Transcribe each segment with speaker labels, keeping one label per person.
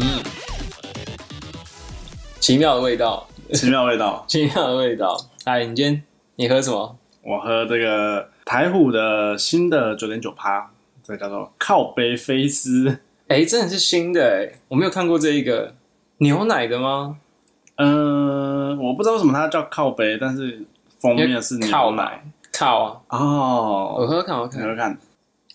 Speaker 1: 嗯，奇妙的味道，
Speaker 2: 奇妙味道。
Speaker 1: 奇妙的味道。哎，你今天你喝什么？
Speaker 2: 我喝这个台虎的新的九点九趴，这个叫做靠杯菲斯。
Speaker 1: 哎，真的是新的哎，我没有看过这一个牛奶的吗？
Speaker 2: 嗯、我不知道为什么它叫靠杯，但是封面是
Speaker 1: 靠
Speaker 2: 牛奶
Speaker 1: 奶靠啊，我
Speaker 2: 哦。
Speaker 1: 喝看我
Speaker 2: 你
Speaker 1: 看。
Speaker 2: 会看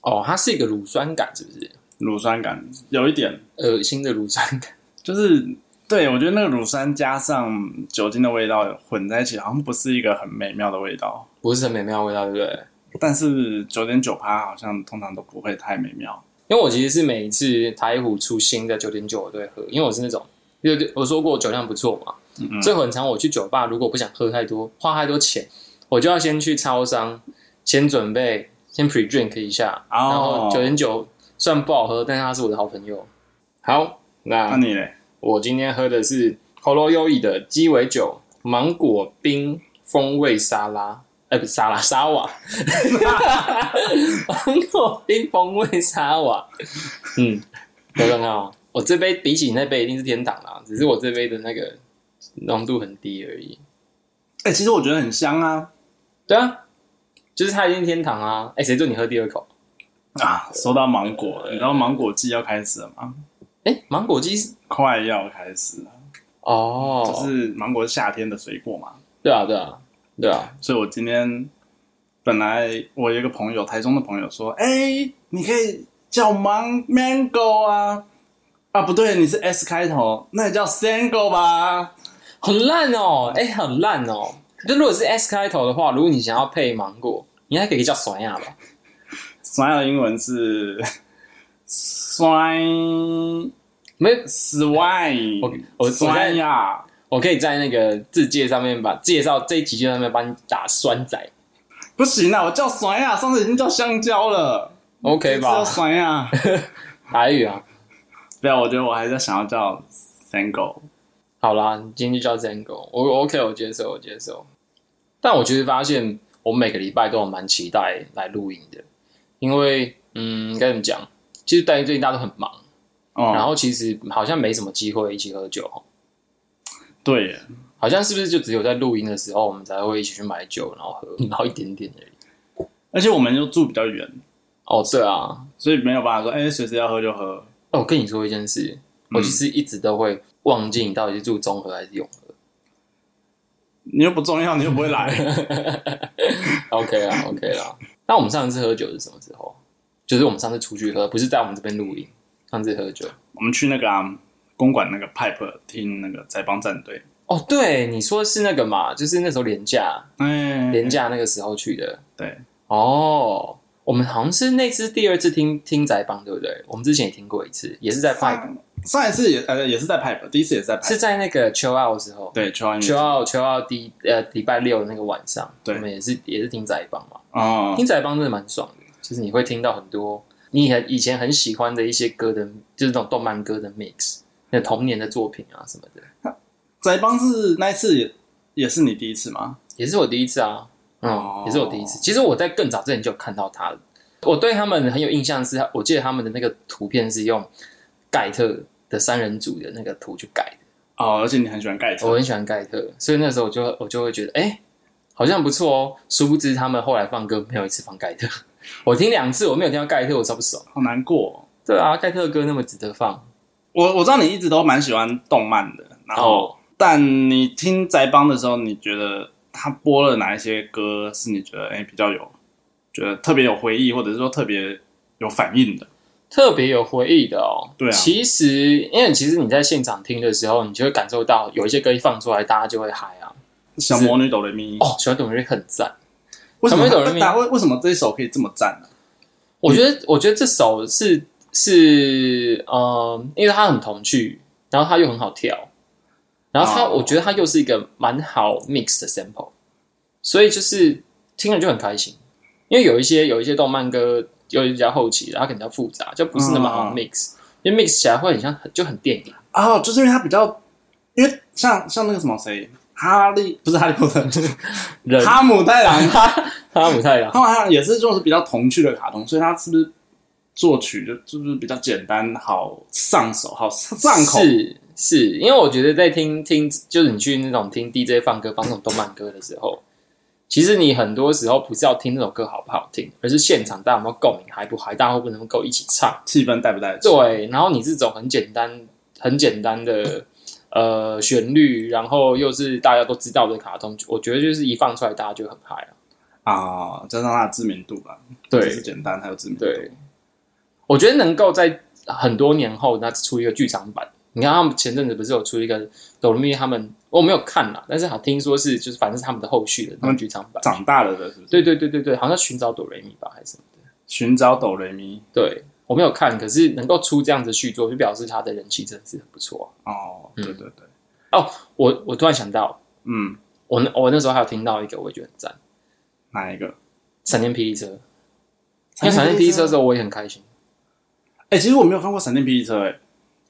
Speaker 1: 哦，它是一个乳酸感，是不是？
Speaker 2: 乳酸感有一点，
Speaker 1: 恶心的乳酸感。
Speaker 2: 就是对我觉得那个乳酸加上酒精的味道混在一起，好像不是一个很美妙的味道。
Speaker 1: 不是很美妙的味道，对不对？
Speaker 2: 但是九点九趴好像通常都不会太美妙。
Speaker 1: 因为我其实是每一次台虎出新的九点九我都会喝，因为我是那种，因为我说过我酒量不错嘛，
Speaker 2: 嗯
Speaker 1: 所以很常我去酒吧，如果不想喝太多，花太多钱，我就要先去超商，先准备，先 pre drink 一下，
Speaker 2: 哦
Speaker 1: 然后九点九虽然不好喝，但是他是我的好朋友。好，
Speaker 2: 那
Speaker 1: 那
Speaker 2: 你嘞？
Speaker 1: 我今天喝的是 Holo 优异的鸡尾酒芒果冰风味沙拉，呃，不是沙拉沙 瓦，芒果冰风味沙瓦，嗯，有很好。我这杯比起你那杯一定是天堂啦，只是我这杯的那个浓度很低而已。
Speaker 2: 哎、其实我觉得很香啊
Speaker 1: 对啊，就是它一定天堂啊！哎、谁准你喝第二口？
Speaker 2: 啊！说到芒果了，你知道芒果季要开始了吗？
Speaker 1: 哎、芒果鸡是
Speaker 2: 快要开始了，
Speaker 1: 哦，
Speaker 2: 就是芒果是夏天的水果嘛，
Speaker 1: 对啊，对啊，对啊，
Speaker 2: 所以我今天本来我有一个朋友，台中的朋友说，哎、你可以叫芒 mango 啊。啊，不对，你是 S 开头，那你叫 Sango 吧。
Speaker 1: 很烂哦、哎、很烂哦、就如果是 S 开头的话，如果你想要配芒果，你还可以叫酸亚吧？
Speaker 2: 酸的英文是酸
Speaker 1: 没有，我
Speaker 2: swine，
Speaker 1: 我我
Speaker 2: 酸
Speaker 1: 在
Speaker 2: 呀。
Speaker 1: 我可以在那个字界上面把介绍这一集介绍上面帮你打酸仔
Speaker 2: 不行啊，我叫酸呀，上次已经叫香蕉了，
Speaker 1: ，OK
Speaker 2: 这次
Speaker 1: 吧
Speaker 2: 叫？啊酸呀。
Speaker 1: 台语啊，
Speaker 2: 对啊，我觉得我还是想要叫 Sango。
Speaker 1: 好啦，你今天就叫 Zango，我我 OK，我接受，我接受。但我其实发现，我每个礼拜都有蛮期待来录音的，因为嗯，该怎么讲？其实大家最近大家都很忙，
Speaker 2: 哦，
Speaker 1: 然后其实好像没什么机会一起喝酒，
Speaker 2: 对耶，
Speaker 1: 好像是不是就只有在录音的时候，我们才会一起去买酒，然后喝， 然后一点点而已。
Speaker 2: 而且我们又住比较远，
Speaker 1: 哦，对啊，
Speaker 2: 所以没有办法说，哎、随时要喝就喝。
Speaker 1: 哦，我跟你说一件事，我其实一直都会忘记你到底是住中和还是永和。
Speaker 2: 你又不 重要，你又不会来。
Speaker 1: OK 啦，OK 啦。那我们上次喝酒是什么时候？就是我们上次出去喝，不是在我们这边录音，上次喝酒。
Speaker 2: 我们去那个、啊、公馆那个 Pipe 听那个丐帮战队，
Speaker 1: 哦，对，你说是那个嘛，就是那时候廉价
Speaker 2: 哎、
Speaker 1: 廉价那个时候去的。
Speaker 2: 对，
Speaker 1: 哦，我们好像是那次第二次听听宅帮，对不对？我们之前也听过一次，也是在 Pipe，
Speaker 2: 上上一次也呃也是在 Pipe，第一次也是在 Pipe，
Speaker 1: 是在那个 Chill Out 的时候
Speaker 2: 对，求安
Speaker 1: ，Chill Out Chill Out 第呃礼拜六的那个晚上，
Speaker 2: 对
Speaker 1: 我们也是也是听宅帮嘛。
Speaker 2: 哦，
Speaker 1: 听仔帮真的蛮爽的，就是你会听到很多你很以前很喜欢的一些歌的，就是那种动漫歌的 mix，那童年的作品啊什么的，
Speaker 2: 丐帮是那一次也也是你第一次吗？
Speaker 1: 也是我第一次啊，嗯，
Speaker 2: 哦
Speaker 1: 也是我第一次。其实我在更早之前就有看到他了，我对他们很有印象是，我记得他们的那个图片是用盖特的三人组的那个图去改
Speaker 2: 哦，而且你很喜欢盖
Speaker 1: 我
Speaker 2: 特，
Speaker 1: 很喜欢盖特，所以那时候我就我就会觉得，哎、好像不错哦。殊不知他们后来放歌没有一次放盖特，我听两次，我没有听到盖特，我超不爽。
Speaker 2: 好难过哦、
Speaker 1: 对啊，盖特歌那么值得放，
Speaker 2: 我我知道你一直都蛮喜欢动漫的，
Speaker 1: 然
Speaker 2: 然后
Speaker 1: 后
Speaker 2: 但你听宅帮的时候，你觉得他播了哪一些歌是你觉得哎、比较有觉得特别有回忆，或者是说特别有反应的？
Speaker 1: 特别有回忆的哦。
Speaker 2: 对啊
Speaker 1: 其实因为其实你在现场听的时候，你就会感受到有一些歌一放出来，大家就会嗨啊。
Speaker 2: 小魔女哆来咪，
Speaker 1: 哦，小董瑞很赞，
Speaker 2: 为什么
Speaker 1: 小魔女哆来咪
Speaker 2: 大为为什么这一首可以这么赞呢、
Speaker 1: 我觉得我觉得这首是是呃，因为它很童趣，然后它又很好跳，然后它、
Speaker 2: 哦
Speaker 1: 我觉得它又是一个蛮好 mix 的 sample，所以就是听了就很开心。因为有一些有一些动漫歌，有比较后期的，它可能比较复杂，就不是那么好
Speaker 2: 嗯
Speaker 1: mix，、因为 mix 起来会很像很就很电影。
Speaker 2: 哦，就是因为它比较，因为 像像那个什么谁，哈利不是哈利波特，
Speaker 1: 人
Speaker 2: 哈姆太郎，
Speaker 1: 哈哈姆太郎
Speaker 2: 他好像也是就是比较童趣的卡通，所以他是不是作曲就就是比较简单，好上手，好上口。
Speaker 1: 是是，因为我觉得在听听，就是你去那种听 DJ 放歌、放那种动漫歌的时候，其实你很多时候不是要听那首歌好不好听，而是现场大家有没有共鸣，嗨不嗨，大家会不能够一起唱。
Speaker 2: 气氛带不带？，
Speaker 1: 对，然后你这种很简单、很简单的呃旋律，然后又是大家都知道的卡通，我觉得就是一放出来大家就很嗨了。
Speaker 2: 啊，加上他的知名度吧，就是简单还有知名度。
Speaker 1: 对，我觉得能够在很多年后，那出一个剧场版。你看他们前阵子不是有出一个哆啦咪他们，我没有看啦，但是好听说是就是反正是他们的后续的那种剧场版。
Speaker 2: 长大了的是不是？
Speaker 1: 嗯对对对对对，好像寻找哆瑞咪吧还是什么的。
Speaker 2: 寻找哆雷咪
Speaker 1: 对我没有看，可是能够出这样子续作，就表示他的人气真的是很不错啊、
Speaker 2: 哦，对对对，
Speaker 1: 我我突然想到，
Speaker 2: 嗯，
Speaker 1: 我那我那时候还有听到一个，我也觉得很赞，
Speaker 2: 哪一个？
Speaker 1: 闪电霹雳车。因为闪电霹雳车的时候，我也很开心。
Speaker 2: 哎、其实我没有看过闪电霹雳车、哎，
Speaker 1: 哦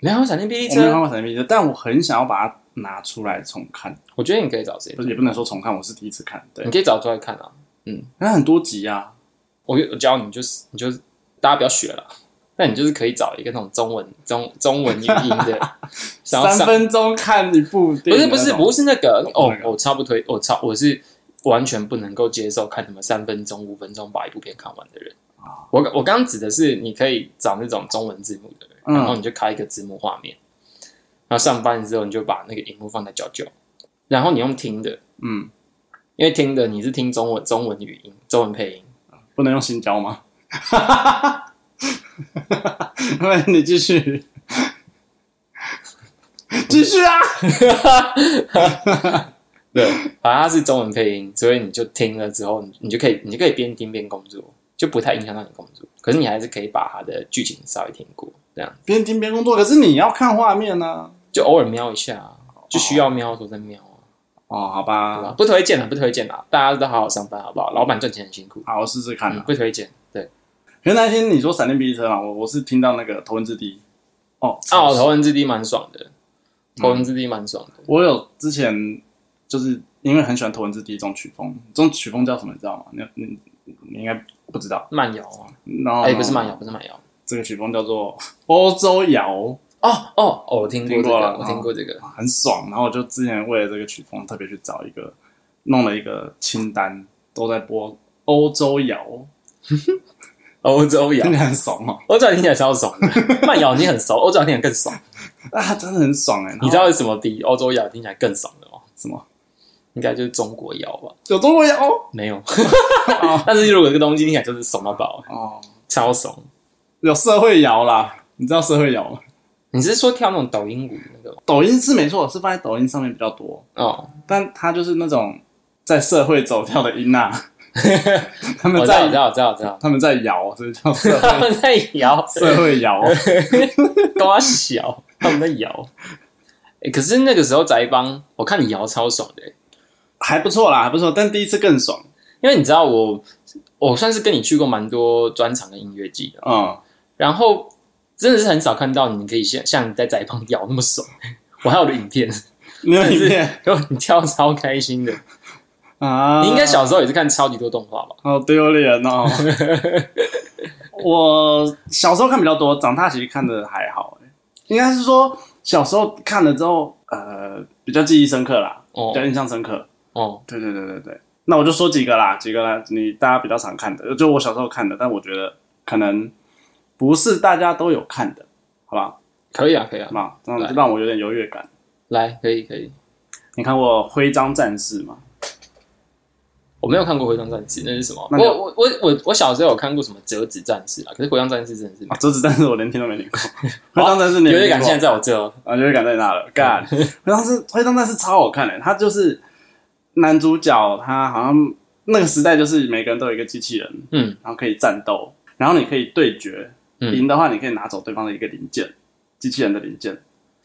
Speaker 1: 没有闪电霹雳
Speaker 2: 我没有看
Speaker 1: 车，
Speaker 2: 过闪电霹雳车，但我很想要把它拿出来重看，
Speaker 1: 我觉得你可以找谁
Speaker 2: 不，是也不能说重看，我是第一次看，对
Speaker 1: 你，可以找出来看啊。
Speaker 2: 那很多集啊，
Speaker 1: 我我教你，就是你就是大家不要学了，那你就是可以找一个那种中文中中文语音 的，想要
Speaker 2: 三
Speaker 1: 上
Speaker 2: 分钟看一部
Speaker 1: 不
Speaker 2: 电
Speaker 1: 是
Speaker 2: 影，
Speaker 1: 不是
Speaker 2: 是，
Speaker 1: 不是那个哦
Speaker 2: 那，个
Speaker 1: 我超不推，我超我是完全不能够接受看你们三分钟五分钟把一部片看完的人。
Speaker 2: 啊
Speaker 1: 我我刚刚指的是你可以找那种中文字幕的人，然后
Speaker 2: 嗯，
Speaker 1: 你就开一个字幕画面，然后上班之后你就把那个荧幕放在角角，然后你用听的，
Speaker 2: 嗯，
Speaker 1: 因为听的你是听中文中文语音、中文配音，
Speaker 2: 不能用新胶吗？ 那你继续，继续啊！
Speaker 1: 对， 反正它是中文配音，所以你就听了之后，你你就可以你就可以边听边工作，就不太影响到你工作，可是你还是可以把它的剧情稍微听过，这样
Speaker 2: 边听边工作，可是你要看画面呢、啊。
Speaker 1: 就偶尔瞄一下啊，就需要瞄的时候再瞄啊，
Speaker 2: 哦，
Speaker 1: 对啊
Speaker 2: 好
Speaker 1: 吧
Speaker 2: 吧，
Speaker 1: 不推荐了，不推荐了，大家都好好上班好不好？老板赚钱很辛苦，
Speaker 2: 好，我试试看
Speaker 1: 嗯，
Speaker 2: 啊。
Speaker 1: 不推荐，对。嗯
Speaker 2: 可是那天你说闪电霹雳车嘛，我我是听到那个头文字 D。哦，
Speaker 1: 哦，头文字 D 蛮爽的，头文字 D 蛮爽的。
Speaker 2: 我有之前就是因为很喜欢头文字 D 这种曲风，这种曲风叫什么？你知道吗？你你你应该不知道。
Speaker 1: 慢摇啊，
Speaker 2: 然后
Speaker 1: 哎、不是慢摇，不是慢摇。
Speaker 2: 这个曲风叫做 欧洲摇，
Speaker 1: 哦哦哦，我听过
Speaker 2: 听
Speaker 1: 这
Speaker 2: 过了啊
Speaker 1: 个，我听过这个。
Speaker 2: 很爽。然后我就之前为了这个曲风特别去找一个，弄了一个清单，都在播欧洲摇，
Speaker 1: 欧洲摇
Speaker 2: 听起，来很爽哦。
Speaker 1: 欧洲摇听起来超 爽的，慢摇你很熟，欧洲摇听起来更爽。
Speaker 2: 啊，真的很爽哎、然后
Speaker 1: 你知道有什么比欧洲摇听起来更爽的吗？
Speaker 2: 什么？
Speaker 1: 应该就是中国摇吧？
Speaker 2: 有中国摇？
Speaker 1: 没 有， 但是如果这个东西听起来就是爽到爆，欸
Speaker 2: 哦，
Speaker 1: 超爽。
Speaker 2: 有社会摇啦，你知道社会摇吗？
Speaker 1: 你是说跳那种抖音舞那个吗？
Speaker 2: 抖音是没错，是放在抖音上面比较多，
Speaker 1: 哦，
Speaker 2: 但它就是那种在社会走跳的音 呐、
Speaker 1: 我
Speaker 2: 他们
Speaker 1: 知道，我知
Speaker 2: 在
Speaker 1: 道，我知道，我知道。
Speaker 2: 他们在摇，所以叫 社
Speaker 1: 他
Speaker 2: 会
Speaker 1: 们在摇，
Speaker 2: 社会摇。
Speaker 1: 瓜小，他们在摇。欸可是那个时候宅帮，我看你摇超爽的欸、
Speaker 2: 还不错啦，还不错，但第一次更爽。
Speaker 1: 因为你知道我，我算是跟你去过蛮多专场的音乐季的，
Speaker 2: 嗯，
Speaker 1: 然后真的是很少看到你可以像像你在宅帮摇那么爽。欸我还有的影片，
Speaker 2: 你有
Speaker 1: 但
Speaker 2: 影
Speaker 1: 是
Speaker 2: 片
Speaker 1: 然后你跳超开心的。
Speaker 2: 啊？
Speaker 1: 你应该小时候也是看超级多动画吧？
Speaker 2: 好丢脸 哦。我小时候看比较多，长大其实看的还好、欸。应该是说小时候看了之后，呃，比较记忆深刻啦，比
Speaker 1: 哦
Speaker 2: 较印象深刻。
Speaker 1: 哦，
Speaker 2: 对对对对对，那我就说几个啦，几个啦，你大家比较常看的，就我小时候看的，但我觉得可能不是大家都有看的，好吧？
Speaker 1: 可以啊，可以啊，
Speaker 2: 那这样
Speaker 1: 对
Speaker 2: 就让我有点优越感。
Speaker 1: 来，可以可以。
Speaker 2: 你看过《徽章战士》吗？
Speaker 1: 我没有看过《回荡战士》，那是什么？
Speaker 2: 那
Speaker 1: 我
Speaker 2: 你
Speaker 1: 我我我我小时候有看过什么《折纸战士》啊，可是《回荡战士》真的是
Speaker 2: 啊，折纸战士我连听都没听过，《徽章战士》你
Speaker 1: 有
Speaker 2: 也没
Speaker 1: 点
Speaker 2: 听
Speaker 1: 感
Speaker 2: 过
Speaker 1: 现在在我这哦。
Speaker 2: 啊，优越感在哪了？干，徽章是徽章战士超好看的、他就是男主角，他好像那个时代就是每个人都有一个机器人，
Speaker 1: 嗯，
Speaker 2: 然后可以战斗，然后你可以对决，
Speaker 1: 嗯
Speaker 2: 赢的话你可以拿走对方的一个零件，机器人的零件。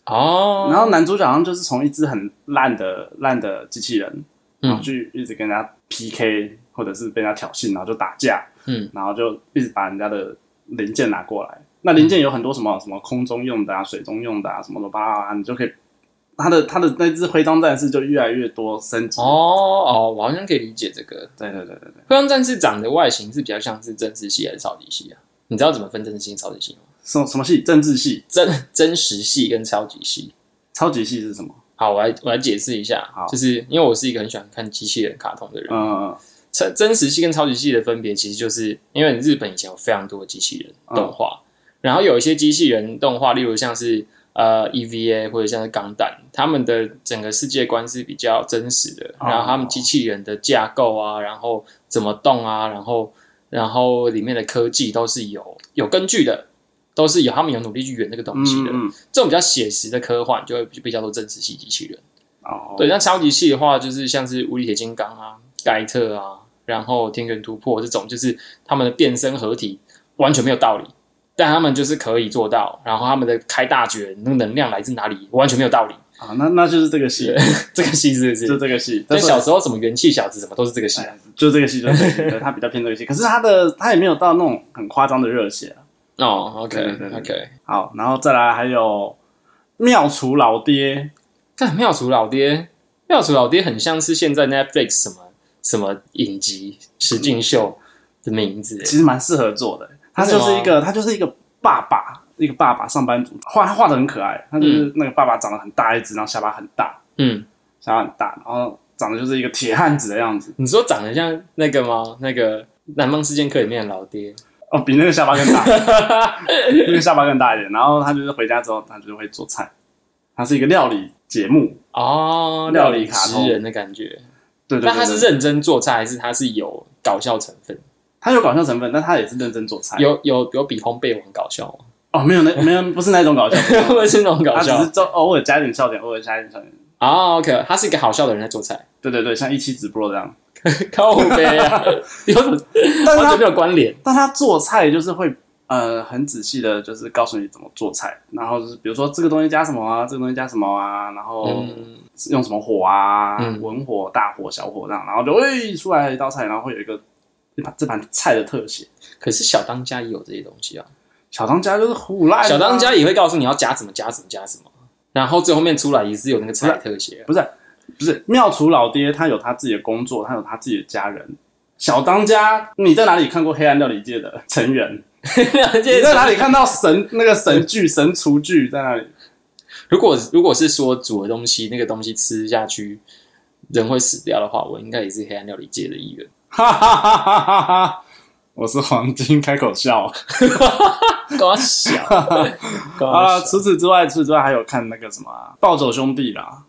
Speaker 1: 哦，
Speaker 2: 然后男主角好像就是从一只很烂的烂的机器人，然后
Speaker 1: 嗯
Speaker 2: 去一直跟人家 PK，或者是被人家挑衅，然后就打架，
Speaker 1: 嗯，
Speaker 2: 然后就一直把人家的零
Speaker 1: 嗯
Speaker 2: 件拿过来。那零件有很多什么什么空中用的啊、水中用的啊，什么的吧，你就可以他的他的那只徽章战士就越来越多升级。
Speaker 1: 哦哦，我好像可以理解这个。
Speaker 2: 对对对对对，
Speaker 1: 灰狼战士长的外形是比较像是真实系还是超级系啊？你知道怎么分真实系、超级系吗？
Speaker 2: 什么什么系？政治系、
Speaker 1: 真真实系跟超级系。
Speaker 2: 超级系是什么？
Speaker 1: 好，我来我来解释一下
Speaker 2: 好，
Speaker 1: 就是因为我是一个很喜欢看机器人卡通的人，
Speaker 2: 嗯嗯
Speaker 1: 真真实系跟超级系的分别，其实就是因为日本以前有非常多的机器人
Speaker 2: 嗯
Speaker 1: 动画，然后有一些机器人动画，例如像是呃 EVA 或者像是钢弹，他们的整个世界观是比较真实的，
Speaker 2: 哦
Speaker 1: 然后他们机器人的架构啊，然后怎么动啊，然后然后里面的科技都是有有根据的，都是有他们有努力去圆这个东西
Speaker 2: 嗯
Speaker 1: 的。
Speaker 2: 嗯嗯，
Speaker 1: 这种比较写实的科幻就会被叫做真实系机器人。
Speaker 2: 哦，
Speaker 1: 对，那超级系的话，就是像是无理铁金刚啊、盖特啊，然后天元突破这种，就是他们的变身合体完全没有道理，但他们就是可以做到。然后他们的开大绝那个能量来自哪里，完全没有道理。
Speaker 2: 啊，那那就是这个系，
Speaker 1: 这个系是不？
Speaker 2: 就是这个系。
Speaker 1: 跟
Speaker 2: 但是
Speaker 1: 小时候什么元气小子什么都是这个系。
Speaker 2: 哎就这个系，就这个系，对他比较偏这个系。可是他的他也没有到那种很夸张的热血啊。
Speaker 1: 哦，OK
Speaker 2: 对对对
Speaker 1: OK，
Speaker 2: 好，然后再来还有妙厨老爹，
Speaker 1: 看妙厨老爹，妙厨老爹很像是现在 Netflix 什么什么影集实境秀的名字。欸
Speaker 2: 其实蛮适合做的。他就是一个他就是一个爸爸，一个爸爸上班族，画他画的很可爱。他就是那个爸爸长得很大一只，然后下巴很大，
Speaker 1: 嗯，
Speaker 2: 下巴很大，然后长得就是一个铁汉子的样子。
Speaker 1: 你说长得像那个吗？那个《南方事件课》里面的老爹。
Speaker 2: 哦，比那个下巴更大，那个下巴更大一点。然后他就是回家之后，他就会做菜。他是一个料理节目，
Speaker 1: 哦，
Speaker 2: 料
Speaker 1: 料
Speaker 2: 理
Speaker 1: 理
Speaker 2: 卡通
Speaker 1: 职人的感觉。
Speaker 2: 对对对
Speaker 1: 那他是
Speaker 2: 对
Speaker 1: 认真做菜，还是他是有搞笑成分？
Speaker 2: 他有搞笑成分，但他也是认真做菜。
Speaker 1: 有有有比烘焙王搞笑吗？
Speaker 2: 哦，没有那没有不是那种搞笑，
Speaker 1: 不是那种 搞
Speaker 2: 他只
Speaker 1: 笑
Speaker 2: 是就偶尔加一点笑点，偶尔加一点笑点。
Speaker 1: 啊、o k 他是一个好笑的人在做 菜，
Speaker 2: 对对对，像一期直播这样。
Speaker 1: 靠背啊，有什么
Speaker 2: 但是
Speaker 1: 完全
Speaker 2: 他
Speaker 1: 没有关联
Speaker 2: 但他做菜就是会呃很仔细的，就是告诉你怎么做菜，然后就是比如说这个东西加什么啊，这个东西加什么啊，然后
Speaker 1: 嗯
Speaker 2: 用什么火啊，
Speaker 1: 嗯
Speaker 2: 文火、大火、小火这样，然后就会出来一道菜，然后会有一个这盘这盘菜的特写。
Speaker 1: 可是小当家也有这些东西啊，
Speaker 2: 小当家就是胡烂、
Speaker 1: 小当家也会告诉你要加什么加什么加什么，然后最后面出来也是有那个菜的特写啊、
Speaker 2: 不是不是妙厨老爹，他有他自己的工作，他有他自己的家人。小当家，你在哪里看过黑暗料理界的成员？ 你在哪里看到神那个神剧、神厨剧在哪里？
Speaker 1: 如果如果是说煮的东西，那个东西吃下去人会死掉的话，我应该也是黑暗料理界的一员。
Speaker 2: 哈哈哈哈哈哈！我是黄金开口笑
Speaker 1: 搞笑，
Speaker 2: 啊！
Speaker 1: 搞笑，
Speaker 2: 除此之外，除此之外还有看那个什么啊《暴走兄弟》啦，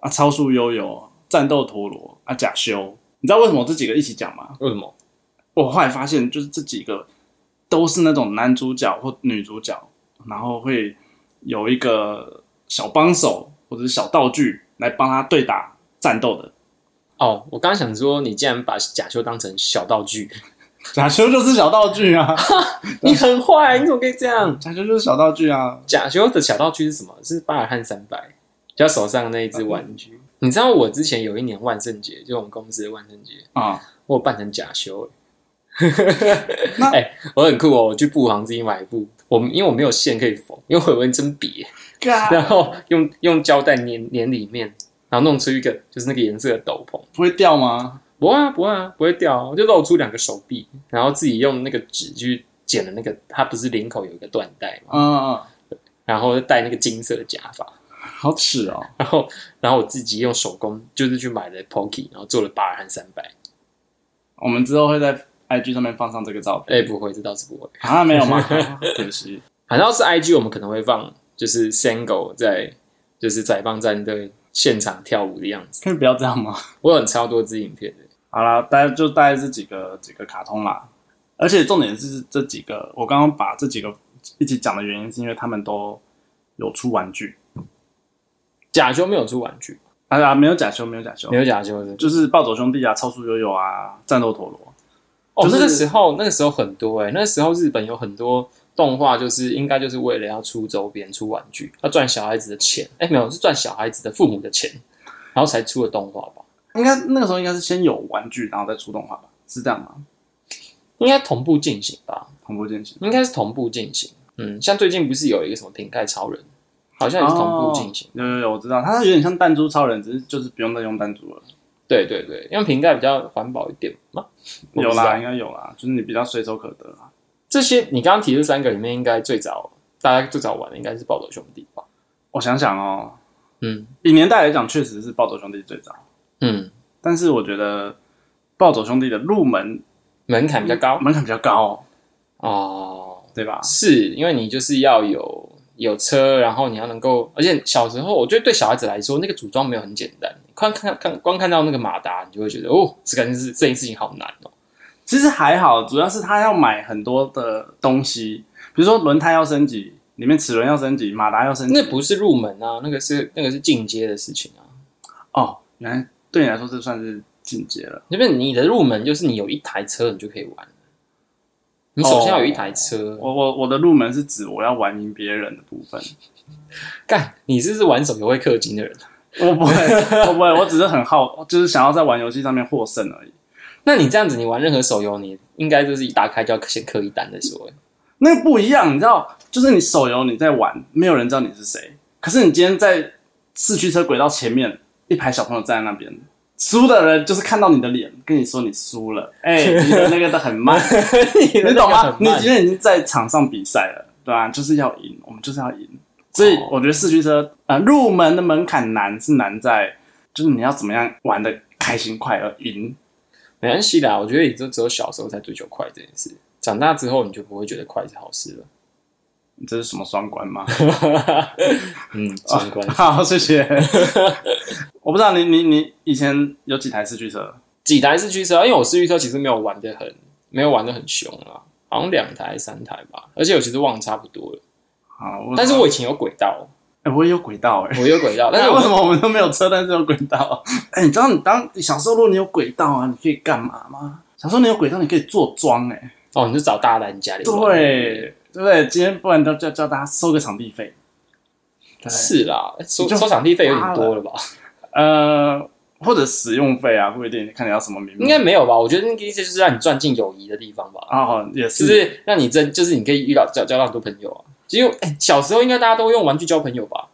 Speaker 2: 啊，《超速悠悠》、《战斗陀螺》啊，《假修》。你知道为什么这几个一起讲吗？
Speaker 1: 为什么？
Speaker 2: 我后来发现，就是这几个都是那种男主角或女主角，然后会有一个小帮手或者是小道具来帮他对打战斗的。
Speaker 1: 哦，我刚刚想说，你竟然把假修当成小道 具，
Speaker 2: 假修就是小道具啊，
Speaker 1: 你很坏，你怎么可以这样？
Speaker 2: 假修就是小道具啊。
Speaker 1: 假修的小道具是什么？是巴尔汉三百，就手上的那一只 玩具。你知道我之前有一年万圣节，就我们公司的万圣节，
Speaker 2: 啊、
Speaker 1: 我有扮成假修、欸，
Speaker 2: 那
Speaker 1: 哎、我很酷哦！我去布行自己买布，我因为我没有线可以缝，因为我有纹针笔， 然后用用胶带粘粘里面，然后弄出一个就是那个颜色的斗篷。
Speaker 2: 不 会掉吗？
Speaker 1: 不会啊，不会啊，不会掉啊、我就露出两个手臂，然后自己用那个纸去剪了那个，它不是领口有一个缎带嘛，
Speaker 2: 嗯嗯，嗯
Speaker 1: 然后戴那个金色的假发，
Speaker 2: 好耻哦。
Speaker 1: 然后然后我自己用手工就是去买了 Pocky，然后做了八二和三百。
Speaker 2: 我们之后会在 IG 上面放上这个照片
Speaker 1: 哎、不会，这倒是不会。
Speaker 2: 啊，没有 吗？可惜。
Speaker 1: 反倒是 IG 我们可能会放，就是 Sango 在就是giải放战队现场跳舞的样子。
Speaker 2: 可以不要这样吗？
Speaker 1: 我有很超多支影片的。
Speaker 2: 好啦，大概就大概这几个几个卡通啦，而且重点是这几个，我刚刚把这几个一起讲的原因，是因为他们都有出玩具，
Speaker 1: 假修没有出玩具，
Speaker 2: 啊啊，没有假修，没有假修
Speaker 1: 没，有假修的。
Speaker 2: 就是暴走兄弟啊，超速悠悠啊，战斗陀螺，
Speaker 1: 哦，
Speaker 2: 就是
Speaker 1: 那个时候，那个时候很多哎、那个时候日本有很多动画，就是应该就是为了要出周边、出玩具，要赚小孩子的钱。哎、没有，是赚小孩子的父母的钱，然后才出的动画吧？
Speaker 2: 应该那个时候应该是先有玩具，然后再出动画吧，是这样吗？
Speaker 1: 应该同步进行吧？
Speaker 2: 同步进行
Speaker 1: 应该是同步进行。嗯，像最近不是有一个什么瓶盖超人，好像也是同步进行。
Speaker 2: 哦。有有有，我知道，它有点像弹珠超人，只是就是不用再用弹珠了。
Speaker 1: 对对对，用瓶盖比较环保一点嘛。我不知
Speaker 2: 有啦，
Speaker 1: 道
Speaker 2: 应该有啦，就是你比较随手可得啦。
Speaker 1: 这些你刚刚提这三个里面，应该最早大家最早玩的应该是暴走兄弟吧？
Speaker 2: 我想想哦，
Speaker 1: 嗯
Speaker 2: 以年代来讲，确实是暴走兄弟最早，
Speaker 1: 嗯，
Speaker 2: 但是我觉得暴走兄弟的入门
Speaker 1: 门槛比较高
Speaker 2: 门槛比较高，嗯
Speaker 1: 哦。
Speaker 2: 对吧？
Speaker 1: 是因为你就是要有有车，然后你要能够，而且小时候我觉得对小孩子来说，那个组装没有很简单。光看看光看到那个马达，你就会觉得哦，这感觉是这件事情好难哦。
Speaker 2: 其实还好，主要是他要买很多的东西，比如说轮胎要升级，里面齿轮要升级，马达要升级。
Speaker 1: 那不是入门啊，那个是那个是进阶的事情啊。
Speaker 2: 哦，原来对你来说这算是进阶了。
Speaker 1: 因为你的入门就是你有一台车，你就可以玩。你首先要有一台车，
Speaker 2: 我我我的入门是指我要玩赢别人的部分，
Speaker 1: 干，你是不是玩手游会氪金的人？啊
Speaker 2: 我不会，我不会，我只是很好，就是想要在玩游戏上面获胜而已。
Speaker 1: 那你这样子，你玩任何手游，你应该就是一打开就要先氪一单再说。
Speaker 2: 那个不一样，你知道，就是你手游你在玩，没有人知道你是谁，可是你今天在四驱车轨道前面，一排小朋友站在那边。输的人就是看到你的脸，跟你说你输了， 哎、你的那个的很慢，
Speaker 1: 你
Speaker 2: 你懂吗？你
Speaker 1: 你
Speaker 2: 今天已经在场上比赛了，对吧、就是要赢，我们就是要赢。所以
Speaker 1: 哦
Speaker 2: 我觉得四驱车呃入门的门槛难是难在，就是你要怎么样玩的开心快乐赢。
Speaker 1: 没关系啦，我觉得你就只有小时候才追求快这件事，长大之后你就不会觉得快是好事了。
Speaker 2: 这是什么双关吗？
Speaker 1: 嗯，相关、
Speaker 2: 啊 好，谢谢。我不知道你你你以前有几台四驱车？
Speaker 1: 几台四驱车，因为我四驱车其实没有玩的很，没有玩的很凶啦，好像两台三台吧，而且我其实忘得差不多了。
Speaker 2: 好，
Speaker 1: 但是我以前有轨道，
Speaker 2: 哎、我也有轨道哎、
Speaker 1: 我有轨 道，但
Speaker 2: 但
Speaker 1: 是
Speaker 2: 是为什
Speaker 1: 我
Speaker 2: 么我们都没有车，但是有轨道？ 哎、你知道你当小时候如果你有轨道啊，你可以干嘛吗？小时候你有轨道，你可以坐庄哎、
Speaker 1: 哦，你就找大人家里玩
Speaker 2: 对，对不对？今天不然都叫叫大家收个场地费。对
Speaker 1: 是啦，收
Speaker 2: 你就
Speaker 1: 收场地费有点多了吧？
Speaker 2: 呃，或者使用费啊，不一定看你要什么名目。
Speaker 1: 应该没有吧？我觉得那个意思就是让你赚进友谊的地方吧，
Speaker 2: 哦，也。
Speaker 1: 就是是让你真就是你可以遇到交交到很多朋友啊。只有哎、小时候应该大家都会用玩具交朋友吧？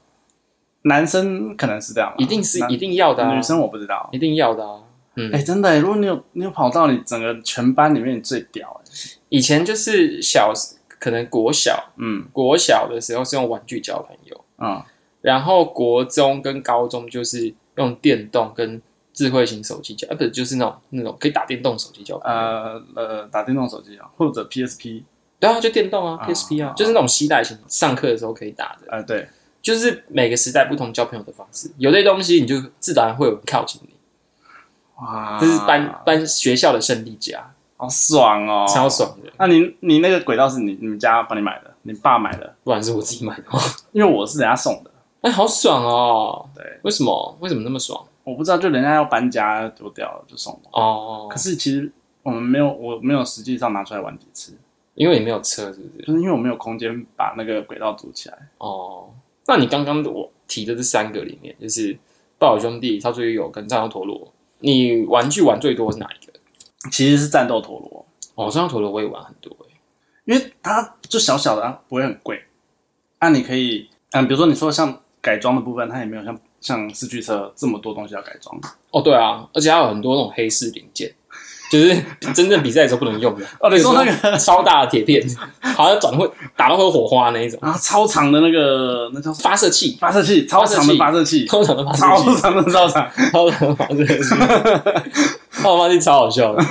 Speaker 2: 男生可能是这样吧，
Speaker 1: 一定是
Speaker 2: 男
Speaker 1: 一定要的、啊，
Speaker 2: 啊女生我不知道。
Speaker 1: 一定要的啊。嗯，
Speaker 2: 哎、真的、如果你有你有跑到你整个全班里面你最屌、哎
Speaker 1: 以前就是小可能国小
Speaker 2: 嗯
Speaker 1: 国小的时候是用玩具交朋友，
Speaker 2: 嗯，
Speaker 1: 然后国中跟高中就是用电动跟智慧型手机交，呃，不是就是那种那种可以打电动手机交朋友。
Speaker 2: 呃呃，打电动手机啊，或者 PSP，
Speaker 1: 对啊，就电动啊
Speaker 2: 啊
Speaker 1: ，PSP 啊
Speaker 2: 啊，
Speaker 1: 就是那种吸带型，上课的时候可以打的。
Speaker 2: 呃，对，
Speaker 1: 就是每个时代不同交朋友的方式，有些东西你就自然会有人靠近你，
Speaker 2: 哇，
Speaker 1: 这是班班学校的胜利家，
Speaker 2: 好爽哦，
Speaker 1: 超。爽的。
Speaker 2: 那你你那个轨道是你你们家帮你买的，你爸买的，
Speaker 1: 不然是我自己买的话，
Speaker 2: 因为我是人家送的，
Speaker 1: 哎，好爽哦！
Speaker 2: 对。
Speaker 1: 为什么？为什么那么爽？
Speaker 2: 我不知道，就人家要搬家丢掉了就送我。
Speaker 1: 哦
Speaker 2: 可，是其实我们没有，我没有实际上拿出来玩几次，
Speaker 1: 因为你没有车，是不是？
Speaker 2: 就是因为我没有空间把那个轨道组起来。
Speaker 1: 哦，那你刚刚我提的这三个里面，就是暴走兄弟、超追有跟战斗陀螺，你玩具玩最多是哪一个？
Speaker 2: 其实是战斗陀螺，
Speaker 1: 哦，战斗陀螺我也玩很多、欸，
Speaker 2: 因为它就小小的、啊，不会很贵。啊，你可以，嗯，比如说你说像改装的部分，它也没有像像四驱车这么多东西要改装。
Speaker 1: 哦，对啊，而且还有很多那种黑市零件。就是 真正比赛的时候不能用的
Speaker 2: 哦你说那个
Speaker 1: 个超大的铁片，好像转会打到会有火花那一种
Speaker 2: 然后啊超长的那个那叫什么
Speaker 1: 发射器，
Speaker 2: 发射器，超长的发射器，
Speaker 1: 超长的发射器
Speaker 2: 超，长的超长，
Speaker 1: 超长的发射器，超长的发射器超好笑的，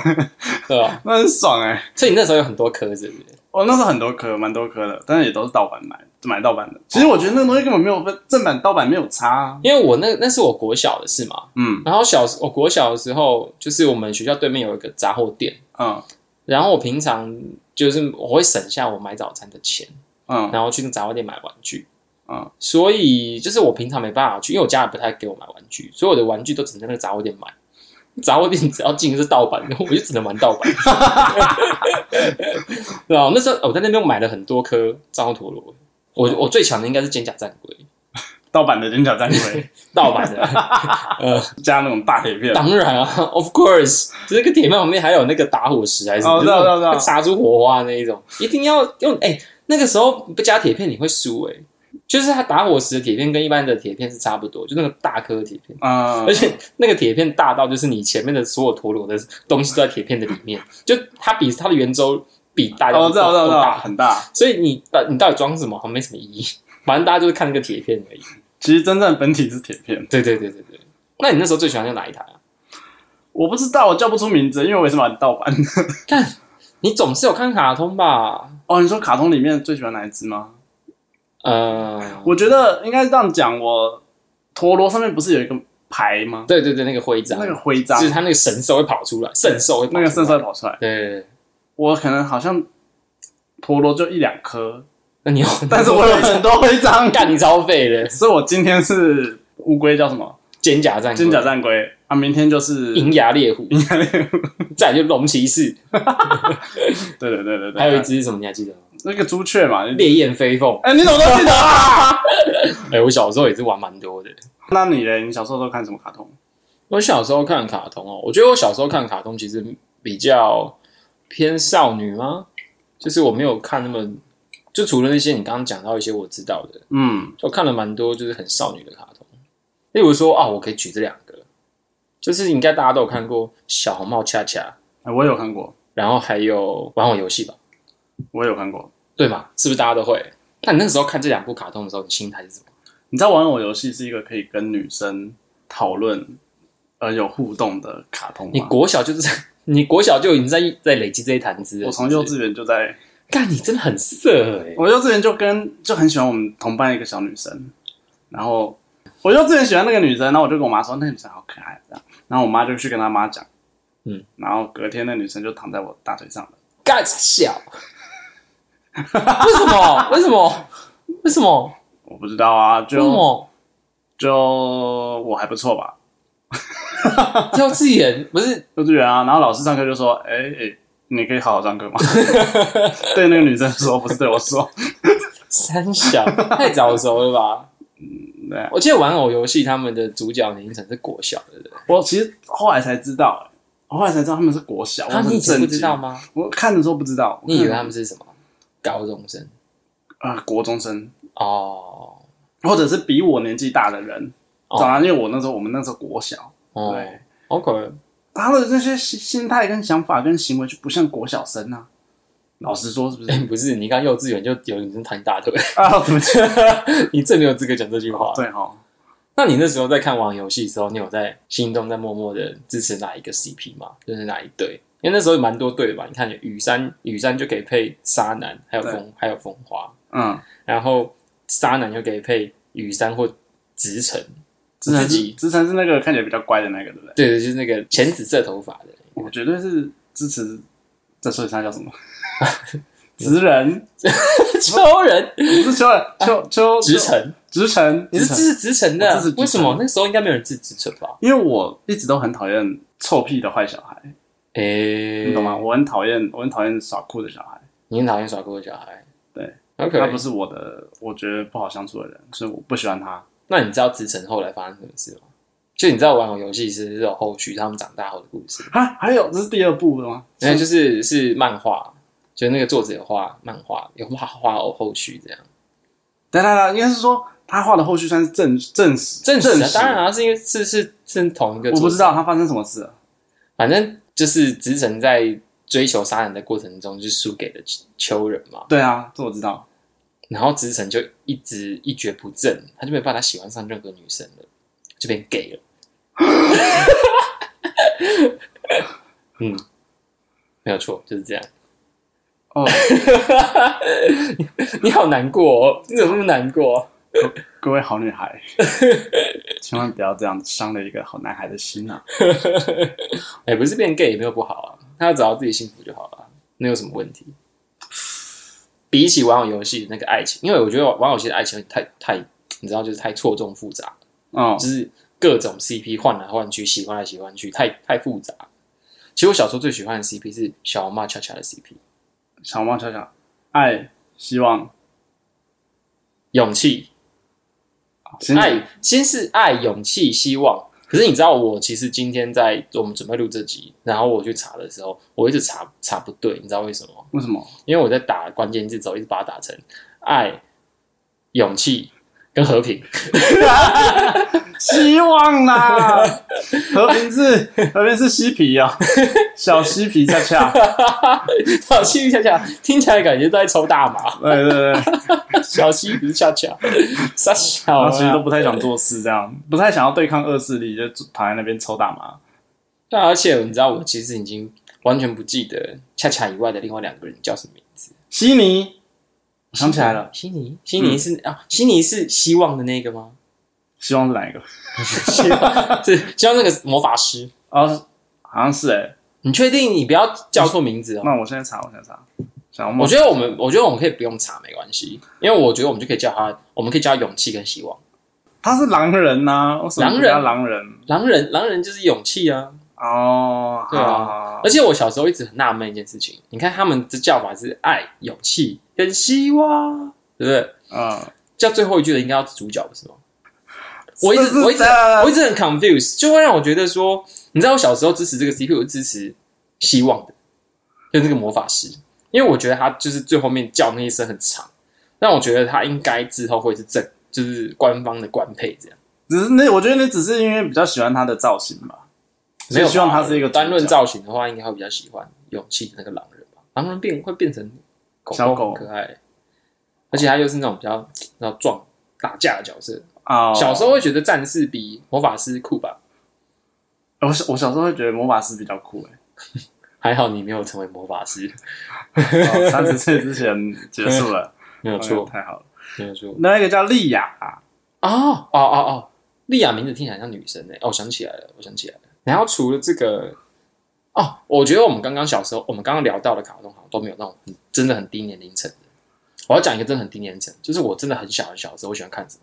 Speaker 1: 对吧？
Speaker 2: 那很爽哎、
Speaker 1: 所以你那时候有很多颗，是不是？
Speaker 2: 我那时候很多颗，蛮多颗的，但是也都是盗版买，买盗版的。其实我觉得那个东西根本没有分正版盗版没有差、啊。
Speaker 1: 因为我那那是我国小的事嘛，
Speaker 2: 嗯
Speaker 1: 然后小时我国小的时候，就是我们学校对面有一个杂货店，
Speaker 2: 嗯
Speaker 1: 然后我平常就是我会省下我买早餐的钱，
Speaker 2: 嗯
Speaker 1: 然后去那杂货店买玩具，
Speaker 2: 嗯，
Speaker 1: 所以就是我平常没办法去，因为我家人不太给我买玩具，所以我的玩具都只能在那个杂货店买。杂货店只要进是盗版的，我就只能玩盗版。 对啊，那时候我在那边买了很多颗藏头陀螺，我我最强的应该是尖甲战龟，
Speaker 2: 盗版的人角战 盔，
Speaker 1: 盗版的。呃，
Speaker 2: 加那种大铁片，
Speaker 1: 当然啊，of course，就是那个铁面旁边还有那个打火石还是什么，
Speaker 2: 哦知道
Speaker 1: 就是那种
Speaker 2: 知道知道
Speaker 1: 会擦出火花的那一种，一定要用。哎、那个时候不加铁片你会输哎、就是它打火石的铁片跟一般的铁片是差不多，就那个大颗的铁片，
Speaker 2: 啊、
Speaker 1: 而且那个铁片大到就是你前面的所有陀螺的东西都在铁片的里 面，就它比它的圆周比大家
Speaker 2: 哦，
Speaker 1: 都
Speaker 2: 我知道，我知道，我
Speaker 1: 都
Speaker 2: 知道，
Speaker 1: 大，
Speaker 2: 很大。
Speaker 1: 所以你到你到底装什么好像没什么意义，反正大家就是看那个铁片而已。
Speaker 2: 其实真正本体是铁片，
Speaker 1: 对对对对对，那你那时候最喜欢用哪一台啊？
Speaker 2: 我不知道，我叫不出名字，因为我也是买盗版。
Speaker 1: 你总是有看卡通吧？
Speaker 2: 哦，你说卡通里面最喜欢哪一只吗？
Speaker 1: 呃，
Speaker 2: 我觉得应该是这样讲，我陀螺上面不是有一个牌吗？
Speaker 1: 对对对，那个徽章，
Speaker 2: 那个徽章
Speaker 1: 就，是它那个神兽会跑出来，圣兽会跑出
Speaker 2: 那
Speaker 1: 来
Speaker 2: 个圣色跑出来，
Speaker 1: 对对对，
Speaker 2: 我可能好像陀螺就一两颗，
Speaker 1: 那你有，，
Speaker 2: 但是我有很多徽章
Speaker 1: 干你超废的，
Speaker 2: 所以我今天是乌龟叫什么？
Speaker 1: 肩甲战
Speaker 2: 金
Speaker 1: 甲
Speaker 2: 甲战龟啊，明天就是
Speaker 1: 银牙猎虎，
Speaker 2: 银甲猎户。
Speaker 1: 再来就龙骑 士，
Speaker 2: 对对对对对，
Speaker 1: 还有一只是什么你还记得吗？
Speaker 2: 那个朱雀嘛，你
Speaker 1: 烈焰飞凤。
Speaker 2: 哎，你怎么都记得 啊？
Speaker 1: 哎、我小时候也是玩蛮多的。
Speaker 2: 那你嘞？你小时候都看什么卡通？
Speaker 1: 我小时候看卡通哦，我觉得我小时候看卡通其实比较偏少女吗？就是我没有看那么，就除了那些你刚刚讲到一些我知道的，
Speaker 2: 嗯，
Speaker 1: 就看了蛮多就是很少女的卡通。例如说啊，我可以举这两个，就是应该大家都有看过《小红帽恰恰》，
Speaker 2: 哎我有看过，
Speaker 1: 然后还有《玩我游戏》吧，
Speaker 2: 我有看过。
Speaker 1: 对嘛？是不是大家都会？那你那时候看这两部卡通的时候，你心态是什么？
Speaker 2: 你知道玩偶游戏是一个可以跟女生讨论而有互动的卡通
Speaker 1: 你
Speaker 2: 吗？
Speaker 1: 国小就是在你国小就已经在在累积这一谈资了。
Speaker 2: 我从
Speaker 1: 是不
Speaker 2: 幼
Speaker 1: 是
Speaker 2: 稚园就在，
Speaker 1: 干，你真的很色哎、
Speaker 2: 我幼稚园就跟就很喜欢我们同班一个小女生，然后我幼稚园喜欢那个女生，然后我就跟我妈说那个女生好可爱这样，然后我妈就去跟她妈讲，
Speaker 1: 嗯，
Speaker 2: 然后隔天那女生就躺在我大腿上了，
Speaker 1: 干小，为什么？为什么？为什么？
Speaker 2: 我不知道啊，
Speaker 1: 为什
Speaker 2: 就
Speaker 1: 么？
Speaker 2: 就我还不错吧，
Speaker 1: 幼稚园不是
Speaker 2: 幼稚园啊，然后老师上课就说，哎、哎你可以好好上课 吗？ 对那个女生说，不是对我说。
Speaker 1: 三 小，太早熟了吧？
Speaker 2: 对啊
Speaker 1: 我记得玩偶游戏他们的主角年龄层是国小的人，
Speaker 2: 我其实后来才知道、我后来才知道他们是国小，我
Speaker 1: 啊，
Speaker 2: 很
Speaker 1: 你以前
Speaker 2: 震
Speaker 1: 不
Speaker 2: 惊。
Speaker 1: 知道吗？
Speaker 2: 我看的时候不知道，
Speaker 1: 你以为他
Speaker 2: 们
Speaker 1: 们是什么高中生？
Speaker 2: 啊、国中生，
Speaker 1: 哦，
Speaker 2: 或者是比我年纪大的人，
Speaker 1: 哦
Speaker 2: 当然、因为我那时候我们那时候国小，
Speaker 1: 哦
Speaker 2: 对
Speaker 1: ，OK，
Speaker 2: 他的那些心心态跟想法跟行为就不像国小生啊。老实说，是不
Speaker 1: 哎、
Speaker 2: 是
Speaker 1: 不是，你刚幼稚园就有女生弹大腿，
Speaker 2: 啊？对不起，
Speaker 1: 你最没有资格讲这句话。
Speaker 2: 对哈，
Speaker 1: 那你那时候在看网游戏的时候，你有在心中在默默的支持哪一个 CP 吗？就是哪一对？因为那时候有蛮多对吧？你看有雨山，雨山就可以配沙男，还有
Speaker 2: 对
Speaker 1: 风，还有风花，
Speaker 2: 嗯，
Speaker 1: 然后沙男又可以配雨山或直城，
Speaker 2: 之前
Speaker 1: 自
Speaker 2: 是
Speaker 1: 己
Speaker 2: 之前是那个看起来比较乖的那个，对不对？
Speaker 1: 对对，就是那个浅紫色头发的，
Speaker 2: 我绝对是支持。这所以他 叫什么？直人，
Speaker 1: 秋人
Speaker 2: 不是秋人，秋秋
Speaker 1: 直，城，
Speaker 2: 直城，
Speaker 1: 你是
Speaker 2: 直城
Speaker 1: 支持直城的啊
Speaker 2: 我支持直？城
Speaker 1: 为什么那时候应该没有人支持直城吧？
Speaker 2: 因为我一直都很讨厌臭屁的坏小孩，
Speaker 1: 诶、
Speaker 2: 你懂吗？？我很讨厌，我很讨厌耍酷的小孩，
Speaker 1: 你很讨厌耍酷的小孩，
Speaker 2: 对
Speaker 1: ，OK，
Speaker 2: 他不是我的，我觉得不好相处的人，所以我不喜欢他。
Speaker 1: 那你知道直城后来发生什么事吗？就你知道玩偶游戏是有后续，他们长大后的故事。
Speaker 2: 啊，还有这是第二部的吗？
Speaker 1: 然后就是是漫画，就那个作者有画漫画，有画画偶后续这样。
Speaker 2: 等等等，应该是说他画的后续算是正正史
Speaker 1: 正史
Speaker 2: 史
Speaker 1: 啊，当然啊，是因为是是是同一个。
Speaker 2: 我不知，道他发生什么事了。
Speaker 1: 反正就是直城在追求杀人的过程中，就输给了秋人嘛。
Speaker 2: 对啊，这我知道。
Speaker 1: 然后直城就一直一蹶不振，他就没办法喜欢上任何女生了，就变 gay 了。 嗯，没有错，就是这样。
Speaker 2: 哦，
Speaker 1: 你好难过哦，你怎么那么难过？
Speaker 2: 各位好女 孩，千万不要这样伤了一个好男孩的心啊！
Speaker 1: 哎、不是变 gay 也没有不好啊，他要找到自己幸福就好了，那有什么问题？比起玩偶游戏的那个爱情，因为我觉得玩偶游戏的爱情太太，你知道，就是太错综复杂，
Speaker 2: 哦，
Speaker 1: 就是各种 CP 换来换去，喜欢来喜欢去，太太复杂。其实我小时候最喜欢的 CP 是小红帽恰恰的 CP，
Speaker 2: 小猫小小，爱希望
Speaker 1: 勇气、
Speaker 2: 先
Speaker 1: 爱，先是爱、勇气、希望。可是你知道，我其实今天在我们准备录这集，然后我去查的时候，我一直查查不对，你知道为什么吗？
Speaker 2: 为什么？
Speaker 1: 因为我在打关键字的时候，一直把它打成爱、勇气、跟和平，
Speaker 2: 希望啊啦， 和平是和平是嬉皮 哦，小嬉皮恰恰，
Speaker 1: 小西皮恰恰听起来感觉都在抽大麻，
Speaker 2: 对对对，
Speaker 1: 小西皮恰恰，傻小
Speaker 2: 然
Speaker 1: 啊
Speaker 2: 后其实都不太想做事，这样不太想要对抗恶势力，就躺在那边抽大麻。
Speaker 1: 但啊而且你知道，我其实已经完全不记得恰恰以外的另外两个人叫什么名字。
Speaker 2: 悉尼，我想起来了，嗯
Speaker 1: 悉尼，悉尼是、啊，悉尼是希望的那个吗？
Speaker 2: 希望是哪一个？
Speaker 1: 希望是希望那个魔法师。
Speaker 2: 哦，好像是哎、
Speaker 1: 你确定你不要叫错名字哦？
Speaker 2: 那我现在查，我现在查，小
Speaker 1: 我
Speaker 2: 梦，
Speaker 1: 觉得我们，我觉得我们可以不用查，没关系，因为我觉得我们就可以叫他，我们可以叫他勇气跟希望。
Speaker 2: 他是狼人呐、为什么不叫狼人
Speaker 1: 狼人，狼人就是勇气啊！
Speaker 2: 哦，
Speaker 1: 对啊
Speaker 2: 好好好
Speaker 1: 而且我小时候一直很纳闷一件事情，你看他们的叫法是爱、勇气跟希望，对不对？
Speaker 2: 嗯，
Speaker 1: 叫最后一句的应该要主角不是吗？我一
Speaker 2: 是
Speaker 1: 直
Speaker 2: 不是啊
Speaker 1: 我一直
Speaker 2: 的
Speaker 1: 我一直很 confused，就会让我觉得说，你知道我小时候支持这个 CP，我是支持希望的，就那个魔法师，因为我觉得他就是最后面叫那一声很长，但我觉得他应该之后会是正，就是官方的官配这样。
Speaker 2: 只是那我觉得那只是因为比较喜欢他的造型吧，
Speaker 1: 没有吧，
Speaker 2: 希望他是一个主角
Speaker 1: 单论造型的话，应该会比较喜欢勇气的那个狼人吧？狼人变会变成狗
Speaker 2: 小
Speaker 1: 狗
Speaker 2: 狗
Speaker 1: 很可爱，而且他又是那种比较比较壮打架的角色，
Speaker 2: 哦。
Speaker 1: 小时候会觉得战士比魔法师酷吧？
Speaker 2: 我小我小时候会觉得魔法师比较酷哎、
Speaker 1: 还好你没有成为魔法师，
Speaker 2: 欸，三十岁之前结束了，
Speaker 1: 没有
Speaker 2: 哎呦
Speaker 1: 错，
Speaker 2: 太好了。
Speaker 1: 没有错。
Speaker 2: 那一个叫丽雅，
Speaker 1: 哦哦哦哦，莉亚名字听起来像女生呢、哦，我想起来了，我想起来了。然后除了这个，哦，我觉得我们刚刚小时候，我们刚刚聊到的卡通好像都没有那种很真的很低年龄层的。我要讲一个真的很低年龄层，就是我真的很小很小的时候，我喜欢看什么？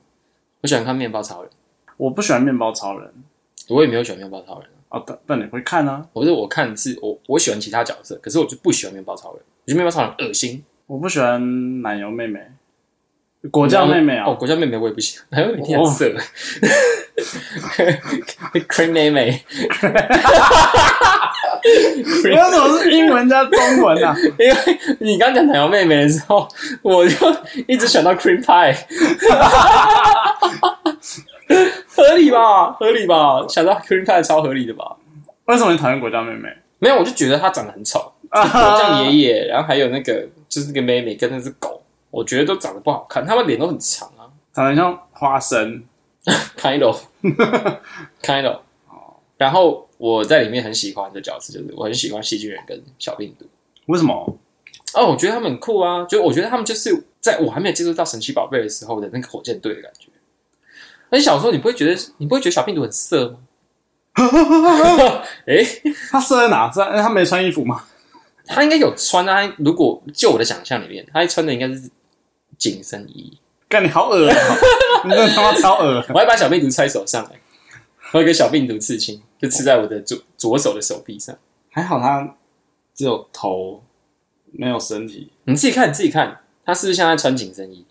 Speaker 1: 我喜欢看面包超人，
Speaker 2: 我不喜欢面包超人
Speaker 1: 我也没有喜欢面包超人啊。
Speaker 2: 哦，但但你会看啊？
Speaker 1: 我是我看是我我喜欢其他角色，可是我就不喜欢面包超人，我觉得面包超人很恶心。
Speaker 2: 我不喜欢奶油妹妹，果酱妹妹啊、
Speaker 1: 哦，国家妹妹我也不喜欢， 每天很色。Cream 妹妹，
Speaker 2: 为什么是英文加中文啊？
Speaker 1: 因为你刚讲奶油妹妹的时候，我就一直想到 cream pie，合理吧？合理吧？想到 cream pie 超合理的吧？
Speaker 2: 为什么你讨厌果酱妹 妹？
Speaker 1: 没有，我就觉得她长得很丑，
Speaker 2: 啊
Speaker 1: 我像爷爷，然后还有那个就是那个妹妹跟那只狗，我觉得都长得不好看，他们脸都很长啊
Speaker 2: 长得像花生，
Speaker 1: ，kind of，kind of。然后我在里面很喜欢的角色就是我很喜欢细菌人跟小病毒。
Speaker 2: 为什么？
Speaker 1: 哦，我觉得他们很酷啊！就我觉得他们就是在我还没有接触到神奇宝贝的时候的那个火箭队的感觉。而且小时候你不会觉得你不会觉得小病毒很色吗？ 哎、
Speaker 2: 他射在哪？射在他没穿衣服吗？
Speaker 1: 他应该有穿啊！他如果就我的想象里面，他穿的应该是紧身衣。
Speaker 2: 干你好 恶、啊，你真的他妈超恶！
Speaker 1: 我还把小病毒揣手上来、我有个小病毒刺青，就刺在我的左左手的手臂上。
Speaker 2: 还好他只有头，没有身体，
Speaker 1: 你自己看，你自己看，他是不是像在穿紧身衣？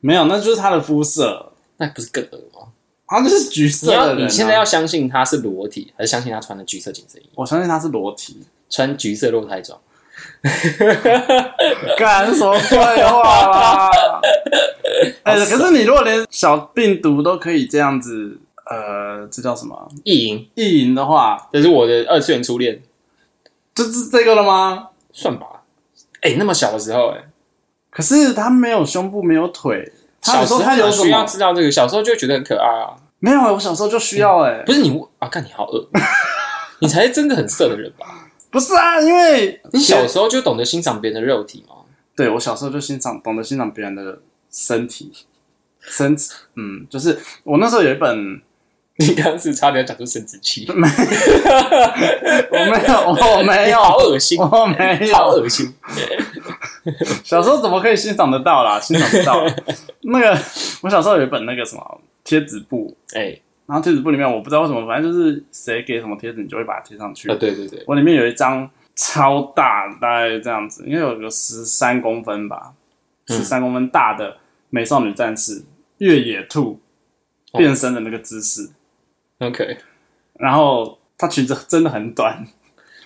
Speaker 2: 没有，那就是他的肤色，
Speaker 1: 那不是更恶吗？
Speaker 2: 他就是橘色
Speaker 1: 你
Speaker 2: 的
Speaker 1: 要
Speaker 2: 人啊、
Speaker 1: 你现在要相信他是裸体，还是相信他穿的橘色紧身衣？
Speaker 2: 我相信他是裸体，
Speaker 1: 穿橘色肉胎装？
Speaker 2: 干什么废话啦？哎、可是你如果连小病毒都可以这样子，呃，这叫什么
Speaker 1: 意淫，
Speaker 2: 意淫的话，
Speaker 1: 这是我的二次元初恋，
Speaker 2: 就是这个了吗？
Speaker 1: 算吧。哎、那么小的时候、哎，
Speaker 2: 可是他没有胸部，没有腿，他
Speaker 1: 小
Speaker 2: 有
Speaker 1: 时
Speaker 2: 时
Speaker 1: 候
Speaker 2: 候他有什
Speaker 1: 需要
Speaker 2: 么？
Speaker 1: 知道这个，小时候就觉得很可爱啊。
Speaker 2: 没有、我小时候就需要哎、
Speaker 1: 不是你啊，看你好恶，你才是真的很色的人吧？
Speaker 2: 不是啊，因为
Speaker 1: 你小时候就懂得欣赏别人的肉体吗？
Speaker 2: 对我小时候就欣赏，懂得欣赏别人的身体，身体，嗯，就是我那时候有一本，
Speaker 1: 你刚刚是差点讲出生殖器，
Speaker 2: 我没有，我没
Speaker 1: 你
Speaker 2: 有，
Speaker 1: 好恶心，
Speaker 2: 我没
Speaker 1: 好
Speaker 2: 有，
Speaker 1: 恶心。
Speaker 2: 小时候怎么可以欣赏得 到啦？欣赏不到。那个，我小时候有一本那个什么贴纸簿，
Speaker 1: 哎、
Speaker 2: 然后贴纸簿里面我不知道为什么，反正就是谁给什么贴纸，你就会把它贴上去
Speaker 1: 啊，。对对对，
Speaker 2: 我里面有一张超大，大概这样子，应该有个十三公分吧，
Speaker 1: 嗯
Speaker 2: 十三公分大的美少女战士越野兔
Speaker 1: 哦
Speaker 2: 变身的那个姿势，
Speaker 1: ，OK，
Speaker 2: 然后她裙子真的很短，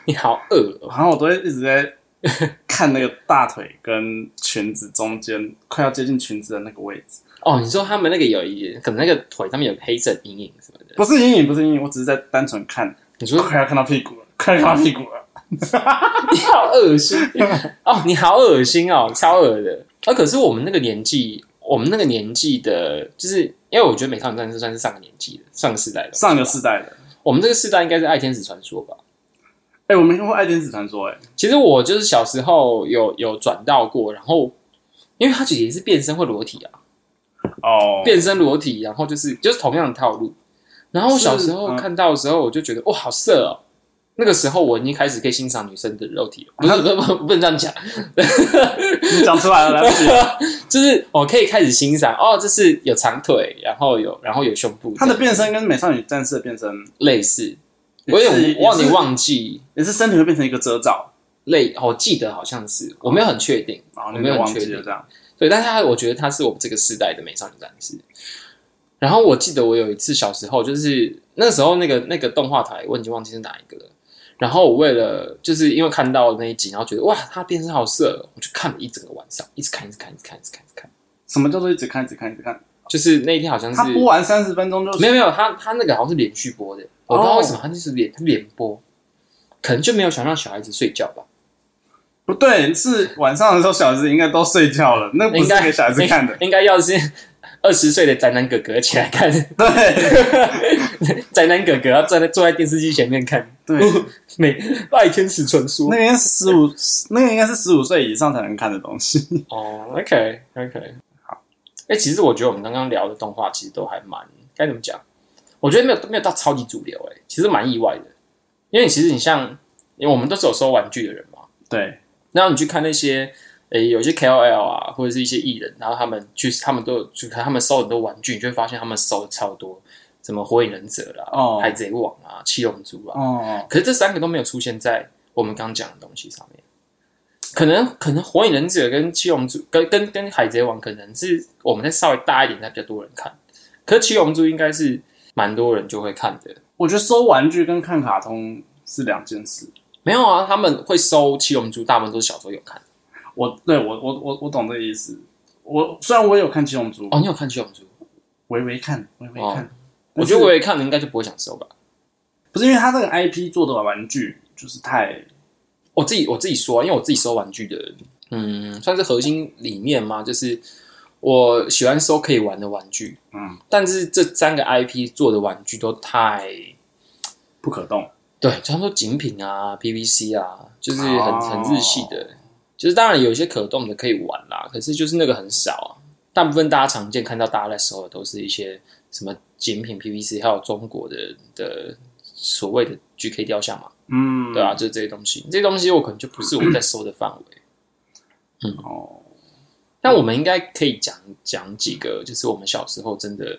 Speaker 1: 你好恶、哦，
Speaker 2: 然后我都会一直在 看那个大腿跟裙子中间快要接近裙子的那个位置，
Speaker 1: 哦，你说他们那个有一可能那个腿上面有黑色阴影什么的，
Speaker 2: 不是阴影，不是阴影，我只是在单纯看，
Speaker 1: 你说
Speaker 2: 快要看到屁股了，快要看到屁股了。
Speaker 1: 你好恶心 哦，你好恶心哦，超恶的。啊，可是我们那个年纪，我们那个年纪的，就是因为我觉得美少女战士算是上个年纪的，上个世代的，
Speaker 2: 上个世代的，
Speaker 1: 我们这个世代应该是爱天使传说吧。
Speaker 2: 哎、我没看过《爱天使传说、哎，
Speaker 1: 其实我就是小时候有有转到过，然后因为他姐姐是变身会裸体啊，
Speaker 2: 哦，
Speaker 1: 变身裸体，然后就是就是同样的套路。然后我小时候
Speaker 2: 是嗯
Speaker 1: 看到的时候，我就觉得哇，好色哦！那个时候我已经开始可以欣赏女生的肉体了，不是不不不能这样讲，
Speaker 2: 你讲出来了，来不及了。
Speaker 1: 就是我可以开始欣赏哦，这是有长腿，然后有然后有胸部，
Speaker 2: 他的变身跟美少女战士的变身，
Speaker 1: 类似，
Speaker 2: 也
Speaker 1: 我
Speaker 2: 是
Speaker 1: 有点忘
Speaker 2: 也
Speaker 1: 你
Speaker 2: 是
Speaker 1: 忘记
Speaker 2: 也是身体会变成一个遮罩，
Speaker 1: 类，哦我记得好像是，我没有很确定，
Speaker 2: 然后
Speaker 1: 我
Speaker 2: 你
Speaker 1: 没有
Speaker 2: 就
Speaker 1: 很
Speaker 2: 忘
Speaker 1: 确
Speaker 2: 记
Speaker 1: 定
Speaker 2: 了，这样。
Speaker 1: 对，但是他我觉得他是我们这个世代的美少女战士。然后我记得我有一次小时候，就是那时候那个那个动画台，我已经忘记是哪一个了。然后我为了就是因为看到那一集，然后觉得哇，他变身好色哦，我就看了一整个晚上，一直看，一直看，一直看，一直看，一直看。
Speaker 2: 什么叫做一直看、一直看、一直看？
Speaker 1: 就是那一天好像是
Speaker 2: 他播完三十分钟就
Speaker 1: 没有没有，他他那个好像是连续播的，我不知道为
Speaker 2: 哦
Speaker 1: 什么他就是连他连播，可能就没有想让小孩子睡觉吧。
Speaker 2: 不对，是晚上的时候小孩子应该都睡觉了，那不
Speaker 1: 应
Speaker 2: 是
Speaker 1: 该
Speaker 2: 给小孩子看的。
Speaker 1: 应该要是二十岁的宅男哥哥起来看，
Speaker 2: 对
Speaker 1: 宅男哥哥要站在坐在电视机前面看
Speaker 2: 对，
Speaker 1: 每《爱天使传说
Speaker 2: 那》。个应该十五，那个应该是十五岁以上才能看的东西。
Speaker 1: 哦，OK OK，好。哎、其实我觉得我们刚刚聊的动画其实都还蛮该怎么讲？我觉得没有没有到超级主流、哎，其实蛮意外的，因为其实你像，因为我们都是有收玩具的人嘛，
Speaker 2: 对，
Speaker 1: 然后你去看那些，诶、有一些 KOL 啊，或者是一些艺人，然后他们去，他们都有去看，他们收很多玩具，你就会发现他们收的超多，什么火影忍者啦、
Speaker 2: 哦
Speaker 1: 海贼王啊、七龙珠啊，
Speaker 2: 哦，
Speaker 1: 可是这三个都没有出现在我们刚讲的东西上面。可能可能火影忍者跟七龙珠跟跟跟海贼王可能是我们再稍微大一点才比较多人看，可是七龙珠应该是蛮多人就会看的。
Speaker 2: 我觉得收玩具跟看卡通是两件事。
Speaker 1: 没有啊，他们会收七龙珠，大部分都是小时候有看。
Speaker 2: 我对我我我我懂这个意思。我虽然我有看七龙珠，
Speaker 1: 哦，你有看七龙珠？
Speaker 2: 微微看，微微看。
Speaker 1: 哦我觉得
Speaker 2: 但是
Speaker 1: 我也看了，应该就不会想收吧。
Speaker 2: 不是因为他这个 IP 做的玩具就是太
Speaker 1: 我自己我自己说啊，因为我自己收玩具的，嗯，算是核心理念嘛，就是我喜欢收可以玩的玩具，
Speaker 2: 嗯
Speaker 1: 但是这三个 IP 做的玩具都太
Speaker 2: 不可动。
Speaker 1: 对，他们说精品啊、PVC 啊，就是很
Speaker 2: 哦
Speaker 1: 很日系的，就是当然有一些可动的可以玩啦，可是就是那个很少啊。大部分大家常见看到大家在收的都是一些什么精品 PVC，还有中国的的所谓的 GK 雕像嘛。
Speaker 2: 嗯，
Speaker 1: 对啊，就是这些东西，这些东西我可能就不是我在收的范围。
Speaker 2: 哦，
Speaker 1: 但我们应该可以讲讲几个，就是我们小时候真的，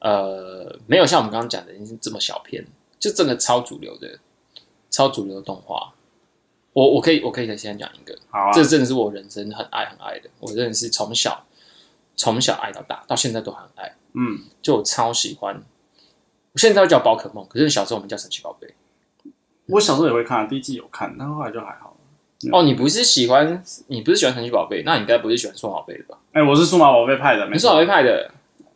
Speaker 1: 呃，没有像我们刚刚讲的这么小片，就真的超主流的，超主流的动画。我我可以我可以先讲一个，
Speaker 2: 好啊，
Speaker 1: 这真的是我人生很爱很爱的，我真的是从小从小爱到大，到现在都很爱，
Speaker 2: 嗯，
Speaker 1: 就我超喜欢。我现在都叫宝可梦，可是小时候我们叫神奇宝贝。
Speaker 2: 我小时候也会看，啊第一季有看，但后来就还好。嗯
Speaker 1: 哦，你不是喜欢你不是喜欢神奇宝贝，那你应该不是喜欢数码宝贝的吧？
Speaker 2: 哎、我是数码宝贝派的，没
Speaker 1: 你数码
Speaker 2: 错，
Speaker 1: 宝贝派的，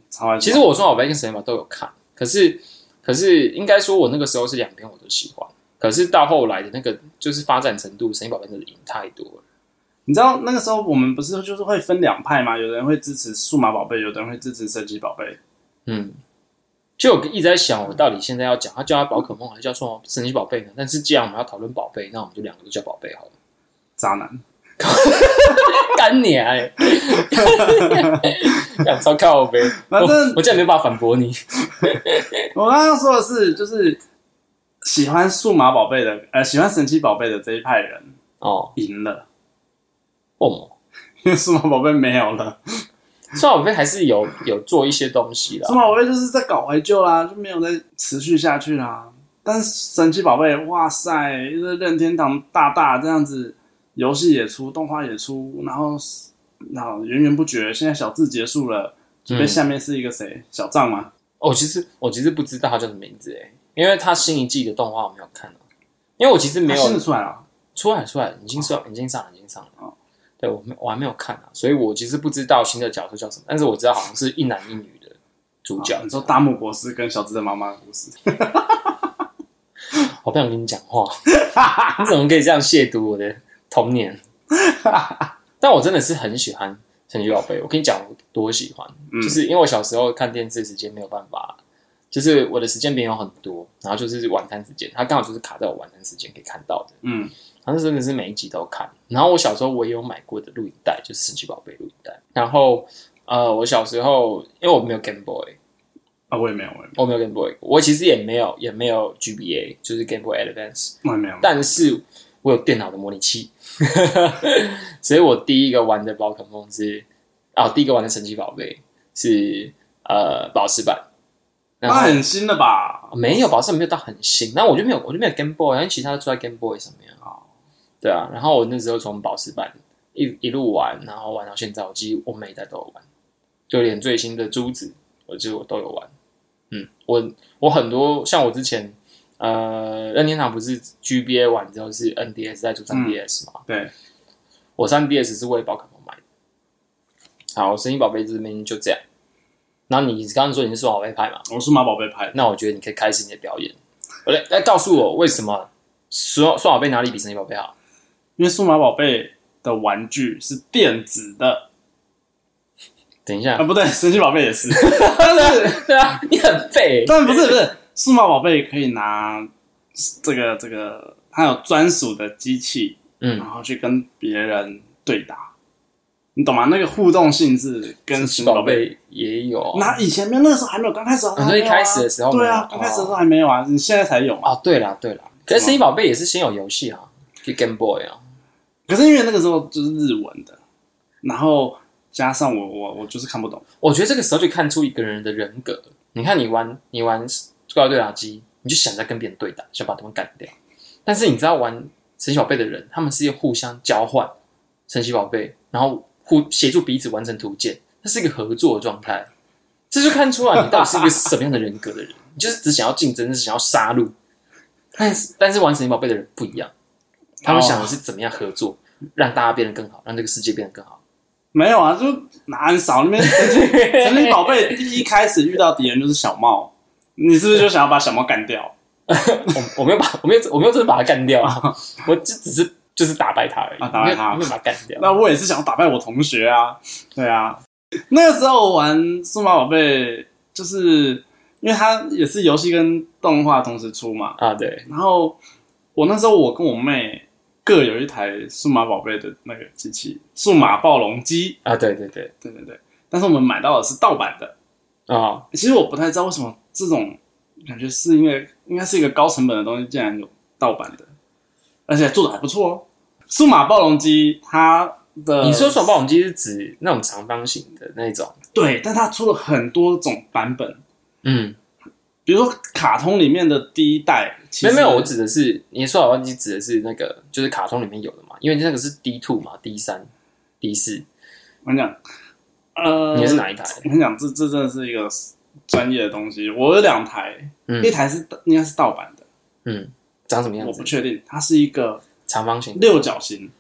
Speaker 2: 超爱数码。
Speaker 1: 其实我《数码宝贝》跟《神奇宝贝》都有看，可是可是应该说，我那个时候是两边我都喜欢，可是到后来的那个就是发展程度，《神奇宝贝》真的赢太多了。
Speaker 2: 你知道那个时候我们不是就是会分两派吗？有人会支持数码宝贝，有人会支持神奇宝贝。
Speaker 1: 嗯，就我一直在想，我到底现在要讲，他叫他宝可梦还是叫《数码神奇宝贝》呢？但是既然我们要讨论宝贝，那我们就两个都叫宝贝好了。
Speaker 2: 渣男，
Speaker 1: 干你啊！ 想超靠呗，
Speaker 2: 反正
Speaker 1: 我我竟然没办法反驳你。
Speaker 2: 我刚刚说的是，就是喜欢数码宝贝的，呃，喜欢神奇宝贝的这一派人
Speaker 1: 哦，
Speaker 2: 赢了，
Speaker 1: 哦，
Speaker 2: 因为数码宝贝没有了，
Speaker 1: 数码宝贝还是有有做一些东西啦
Speaker 2: 数。码宝贝就是在搞怀旧啊啦，就没有再持续下去啦。但是神奇宝贝，哇塞，就是任天堂大大这样子，游戏也出，动画也出，然后然后源源不绝。现在小智结束了，准备
Speaker 1: 嗯
Speaker 2: 下面是一个谁？小藏吗？
Speaker 1: 我哦其实我其实不知道他叫什么名字哎，因为他新一季的动画我没有看啊因为我其实没
Speaker 2: 他新的
Speaker 1: 有
Speaker 2: 出来了。
Speaker 1: 出来出来，已经上已经上了已经上了。对我没我还没有看啊，所以我其实不知道新的角色叫什么，但是我知道好像是一男一女的主角
Speaker 2: 啊。你说大木博士跟小智的妈妈的故事，
Speaker 1: 我不想跟你讲话，你怎么可以这样亵渎我的童年？但我真的是很喜欢神奇宝贝，我跟你讲我多喜欢，
Speaker 2: 嗯
Speaker 1: 就是因为我小时候看电视时间没有办法，就是我的时间没有很多，然后就是晚餐时间，它刚好就是卡在我晚餐时间可以看到的，
Speaker 2: 嗯，
Speaker 1: 反正真的是每一集都看。然后我小时候我也有买过的录影带，就是神奇宝贝录影带。然后呃，我小时候因为我没有 Game Boy，
Speaker 2: 啊，我也没有，我也没
Speaker 1: 我没有 Game Boy，我其实也没有也没有 GBA，就是 Game Boy Advance。
Speaker 2: 有，我也没有，
Speaker 1: 但是我有电脑的模拟器， 所以我第一个玩的宝可梦是啊，第一个玩的神奇宝贝是呃宝石版，然
Speaker 2: 那
Speaker 1: 后、
Speaker 2: 很新的吧？
Speaker 1: 哦没有宝石版没有到很新，那我就没有我就没有 Game Boy，因为啊其他的都在 Game Boy 上面啊
Speaker 2: 哦。
Speaker 1: 对啊，然后我那时候从宝石版一一路玩，然后玩到现在，我几乎我每一代都有玩，就连最新的珠子，我就我都有玩。嗯，我我很多像我之前呃任天堂不是 GBA 玩之后是 NDS 再出 3DS 嘛，
Speaker 2: 对，
Speaker 1: 我 3DS 是为宝可梦买的。好，神奇宝贝这边就这样。然后你刚刚说你是数码宝贝派嘛，
Speaker 2: 我哦数码宝贝拍的，
Speaker 1: 那我觉得你可以开始你的表演，我来来告诉我为什么数数码宝贝哪里比神奇宝贝好？
Speaker 2: 因为数码宝贝的玩具是电子的
Speaker 1: 等一
Speaker 2: 啊，
Speaker 1: 下，
Speaker 2: 不对， 神奇宝贝也 是，但是
Speaker 1: 对啊，你很废，
Speaker 2: 但不是不是，数码宝贝可以拿这个这个，它有专属的机器，
Speaker 1: 嗯，
Speaker 2: 然后去跟别人对打，你懂吗？那个互动性是跟
Speaker 1: 神
Speaker 2: 神
Speaker 1: 奇
Speaker 2: 奇
Speaker 1: 宝
Speaker 2: 宝贝
Speaker 1: 贝也有啊
Speaker 2: 那以前没有，那个时候还没有，刚开始好像
Speaker 1: 嗯
Speaker 2: 还没有啊
Speaker 1: 所以开始的时候没有
Speaker 2: 对啊
Speaker 1: 哦，
Speaker 2: 刚开始的时候还没有啊，你现在才有嘛。
Speaker 1: 啊，对啦对啦，可是
Speaker 2: 什么
Speaker 1: 神奇宝贝也是先有游戏啊，就 Game Boy 啊，
Speaker 2: 可是因为那个时候就是日文的，然后加上我我我就是看不懂，
Speaker 1: 我觉得这个时候就看出一个人的人格。你看你玩你玩怪物对打机，你就想着跟别人对打，想把他们干掉。但是你知道玩神奇宝贝的人，他们是要互相交换神奇宝贝，然后互协助彼此完成图鉴，这是一个合作的状态。这就看出来你到底是一个什么样的人格的人， 你就是只想要竞争，只想要杀戮。但是但是玩神奇宝贝的人不一样，他们
Speaker 2: 哦
Speaker 1: 想的是怎么样合作，让大家变得更好，让这个世界变得更好。
Speaker 2: 没有啊，就哪很少那边神奇神奇宝贝第一开始遇到敌人就是小茂，你是不是就想要把小茂干掉？
Speaker 1: 我我没有把我没有我没有真的把他干掉啊， 我就只是就是打败他而已，
Speaker 2: 啊打败他
Speaker 1: 我没有我没有把他干掉。
Speaker 2: 那我也是想要打败我同学啊，对啊。那个时候玩数码宝贝，就是因为它也是游戏跟动画同时出嘛，
Speaker 1: 啊，对，
Speaker 2: 然后我那时候我跟我妹各有一台数码宝贝的那个机器，数码暴龙机，
Speaker 1: 啊，对对对，
Speaker 2: 对对对。但是我们买到的是盗版的，
Speaker 1: 啊，
Speaker 2: 其实我不太知道为什么这种感觉是因为应该是一个高成本的东西，竟然有盗版的，而且做的还不错哦。数码暴龙机它的
Speaker 1: 你说爽暴龙机是指那种长方形的那种，
Speaker 2: 对，但它出了很多种版本，
Speaker 1: 嗯，
Speaker 2: 比如说卡通里面的第一代，其
Speaker 1: 没
Speaker 2: 实
Speaker 1: 有没有，我指的是你说爽暴龙机指的是那个就是卡通里面有的嘛，因为那个是 D two 嘛，D 三、D 四，
Speaker 2: 我跟你讲，呃，
Speaker 1: 你是哪一台？
Speaker 2: 我跟你讲，这这真的是一个专业的东西。我有两台，
Speaker 1: 嗯
Speaker 2: 一台是应该是盗版的，
Speaker 1: 嗯，长什么样
Speaker 2: 我
Speaker 1: 子
Speaker 2: 不？确定，它是一个
Speaker 1: 长方形，
Speaker 2: 六角形，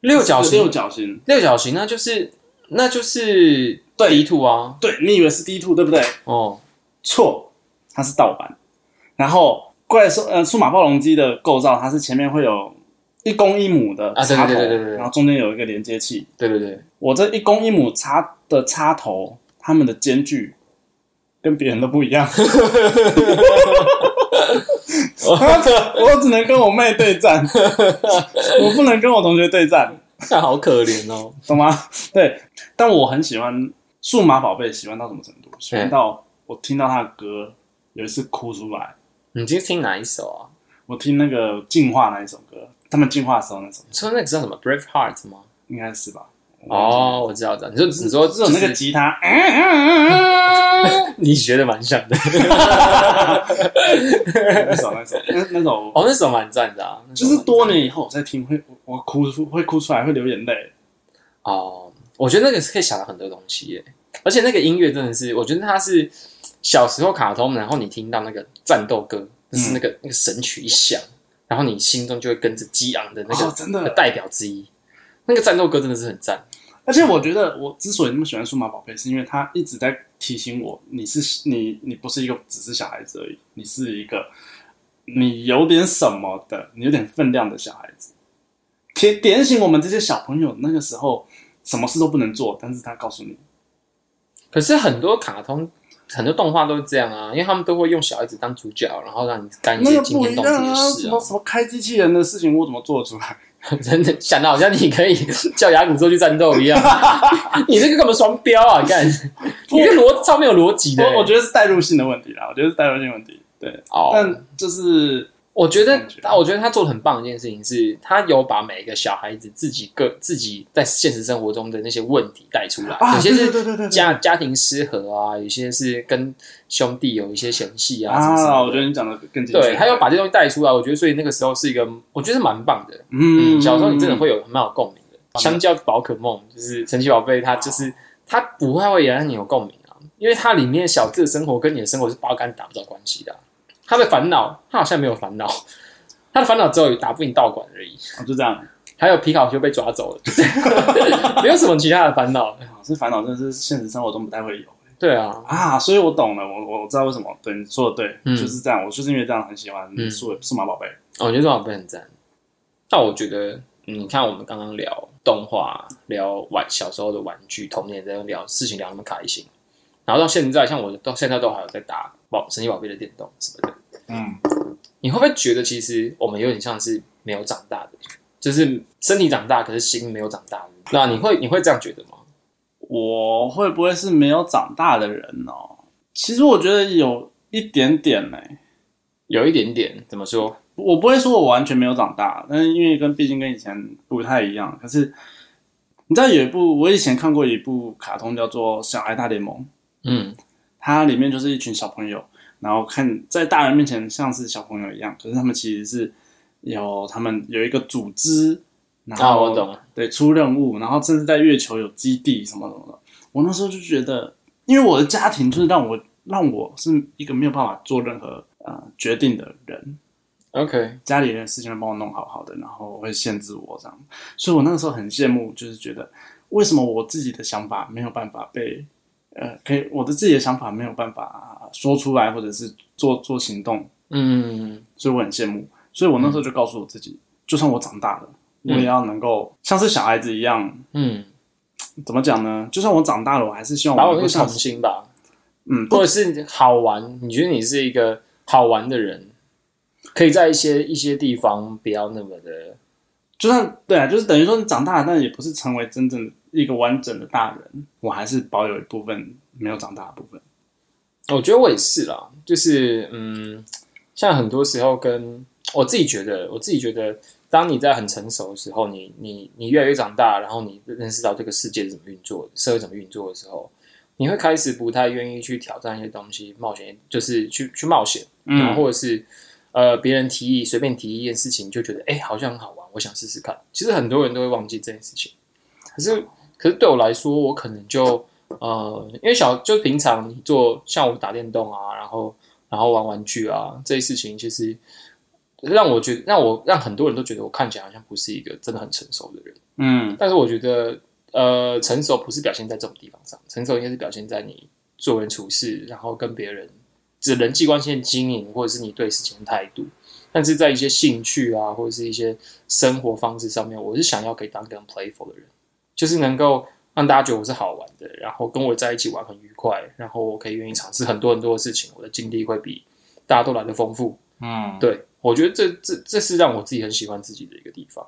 Speaker 1: 六角
Speaker 2: 是六
Speaker 1: 形，
Speaker 2: 角形。
Speaker 1: 六角形，那就是那就是
Speaker 2: 对
Speaker 1: D two 啊，
Speaker 2: 对你以为是 D two 对不对？
Speaker 1: 哦，
Speaker 2: 错，它是盗版。然后怪兽呃数码暴龙机的构造，它是前面会有一公一母的
Speaker 1: 啊对
Speaker 2: 插头，
Speaker 1: 对对对对对
Speaker 2: 然后中间有一个连接器。
Speaker 1: 对对 对，
Speaker 2: 我这一公一母插的插头，它们的间距跟别人都不一样。 我我只能跟我妹对战， 我不能跟我同学对战，
Speaker 1: 那好可怜哦，
Speaker 2: 懂吗？对，但我很喜欢数码宝贝，喜欢到什么程度？喜欢到我听到他的歌，有一次哭出来。
Speaker 1: 你今天听哪一首啊？
Speaker 2: 我听那个进化那一首歌，他们进化的时候那首，
Speaker 1: 说那个叫什么 Brave Heart 吗？
Speaker 2: 应该是吧？
Speaker 1: 哦，我知道，知道。你说只说
Speaker 2: 只嗯有那个吉他，
Speaker 1: 你学的蛮像的。
Speaker 2: 那首那首那那首
Speaker 1: 哦，那首蛮赞的啊，那首
Speaker 2: 就
Speaker 1: 蛮
Speaker 2: 是多年以后我再听，会我哭出会哭出来，会流眼泪。
Speaker 1: 哦，我觉得那个是可以想到很多东西耶，而且那个音乐真的是，我觉得它是小时候卡通，然后你听到那个战斗歌，就是那个、
Speaker 2: 嗯
Speaker 1: 那个神曲一响，然后你心中就会跟着激昂的那个、
Speaker 2: 哦真的
Speaker 1: 代表之一。那个战斗歌真的是很赞，
Speaker 2: 而且我觉得，我之所以那么喜欢数码宝贝，是因为它一直在提醒我，你是你，你不是一个只是小孩子而已，你是一个你有点什么的，你有点分量的小孩子，点点醒我们这些小朋友那个时候什么事都不能做，但是他告诉你，
Speaker 1: 可是很多卡通、很多动画都是这样啊，因为他们都会用小孩子当主角，然后让你干一
Speaker 2: 那
Speaker 1: 些
Speaker 2: 个
Speaker 1: 惊
Speaker 2: 不一
Speaker 1: 天动地
Speaker 2: 样
Speaker 1: 的
Speaker 2: 啊，
Speaker 1: 事
Speaker 2: 什
Speaker 1: 啊
Speaker 2: 么。什么开机器人的事情，我怎么做得出来？
Speaker 1: 真的想的好像你可以 叫雅鲁做去战斗一样， 你这个根本双标 啊！你干，你这逻超没有逻辑的、
Speaker 2: 我我觉得是代入性的问题啦，我觉得是代入性问题，对，
Speaker 1: 哦，
Speaker 2: 但就是
Speaker 1: 我觉得
Speaker 2: 感觉，
Speaker 1: 但我觉得他做的很棒的一件事情是，他有把每一个小孩子自己个自己在现实生活中的那些问题带出来，
Speaker 2: 啊，
Speaker 1: 有些
Speaker 2: 对对
Speaker 1: 是
Speaker 2: 对对对对。
Speaker 1: 家家庭失和啊，有些是跟兄弟有一些嫌隙啊，什么什
Speaker 2: 啊，
Speaker 1: 么
Speaker 2: 我
Speaker 1: 的
Speaker 2: 觉得你讲的更精确。
Speaker 1: 对，他有把这东西带出来，我觉得所以那个时候是一个，我觉得是蛮棒的。
Speaker 2: 嗯
Speaker 1: 嗯，小时候你真的会有很好共鸣的。相较宝可梦，就是神奇宝贝，它就是它不太会让你有共鸣啊，因为它里面小智的生活跟你的生活是八竿打不着关系的啊、他的烦恼，他好像没有烦恼，他的烦恼只有打不赢道馆而已。
Speaker 2: 哦，就这样。
Speaker 1: 还有皮卡丘被抓走了，就这样 没有什么其他的烦恼。
Speaker 2: 哎呀这烦恼真的是现实生活中不太会有
Speaker 1: 对啊，
Speaker 2: 啊，所以我懂了，我我我知道为什么。对，你说的对，
Speaker 1: 嗯
Speaker 2: 就是这样。我就是因为这样很喜欢
Speaker 1: 嗯
Speaker 2: 数数码宝贝。
Speaker 1: 哦我觉得这宝贝很赞。但我觉得，嗯你看我们刚刚聊动画，聊玩小时候的玩具，童年在聊事情聊那么开心，然后到现在，像我到现在都还有在打宝神奇宝贝的电动什么的，
Speaker 2: 嗯，
Speaker 1: 你会不会觉得其实我们有点像是没有长大的，就是身体长大，可是心没有长大？那你会你会这样觉得吗？
Speaker 2: 我会不会是没有长大的人哦？其实我觉得有一点点呢、
Speaker 1: 有一点点，怎么说？
Speaker 2: 我不会说我完全没有长大，但是因为跟毕竟跟以前不太一样。可是你知道有一部我以前看过一部卡通叫做《小孩大联盟》，
Speaker 1: 嗯，
Speaker 2: 它里面就是一群小朋友，然后看在大人面前像是小朋友一样，可是他们其实是有他们有一个组织，然
Speaker 1: 啊，
Speaker 2: 后、
Speaker 1: 我懂了，
Speaker 2: 对出任务，然后甚至在月球有基地什么什么的。我那时候就觉得，因为我的家庭就是让我让我是一个没有办法做任何呃决定的人，
Speaker 1: ，OK，
Speaker 2: 家里人的事情会帮我弄好好的，然后会限制我这样，所以我那个时候很羡慕，就是觉得为什么我自己的想法没有办法被呃，可以我的自己的想法没有办法说出来，或者是做做行动，
Speaker 1: 嗯，
Speaker 2: 所以我很羡慕，所以我那时候就告诉我自己，就算我长大了，我
Speaker 1: 嗯
Speaker 2: 也要能够像是小孩子一样，
Speaker 1: 嗯，
Speaker 2: 怎么讲呢？就算我长大了，我还是希望
Speaker 1: 把
Speaker 2: 我
Speaker 1: 我
Speaker 2: 能
Speaker 1: 那
Speaker 2: 够
Speaker 1: 个
Speaker 2: 像
Speaker 1: 童心吧，
Speaker 2: 嗯，
Speaker 1: 或者是好玩，你觉得你是一个好玩的人，可以在一些一些地方不要那么的，
Speaker 2: 就算对啊，就是等于说你长大了，但也不是成为真正的一个完整的大人，我还是保有一部分没有长大的部分。
Speaker 1: 我觉得我也是啦，就是嗯，像很多时候跟我自己觉得，我自己觉得，当你在很成熟的时候，你你你越来越长大，然后你认识到这个世界是怎么运作，社会怎么运作的时候，你会开始不太愿意去挑战一些东西，冒险就是去去冒险。然后
Speaker 2: 嗯，
Speaker 1: 或者是呃别人提议随便提议一件事情，就觉得哎、诶好像很好玩，我想试试看。其实很多人都会忘记这件事情，可是可是对我来说，我可能就呃因为小就平常你做像我打电动啊，然后然后玩玩具啊这些事情，其实让我觉得让我让很多人都觉得我看起来好像不是一个真的很成熟的人。
Speaker 2: 嗯，
Speaker 1: 但是我觉得，呃，成熟不是表现在这种地方上，成熟应该是表现在你做人处事，然后跟别人这人际关系的经营，或者是你对事情的态度。但是在一些兴趣啊，或者是一些生活方式上面，我是想要可以当个很 playful 的人，就是能够让大家觉得我是好玩的，然后跟我在一起玩很愉快，然后我可以愿意尝试很多很多的事情，我的经历会比大家都来的丰富。
Speaker 2: 嗯，
Speaker 1: 对，我觉得这这这是让我自己很喜欢自己的一个地方，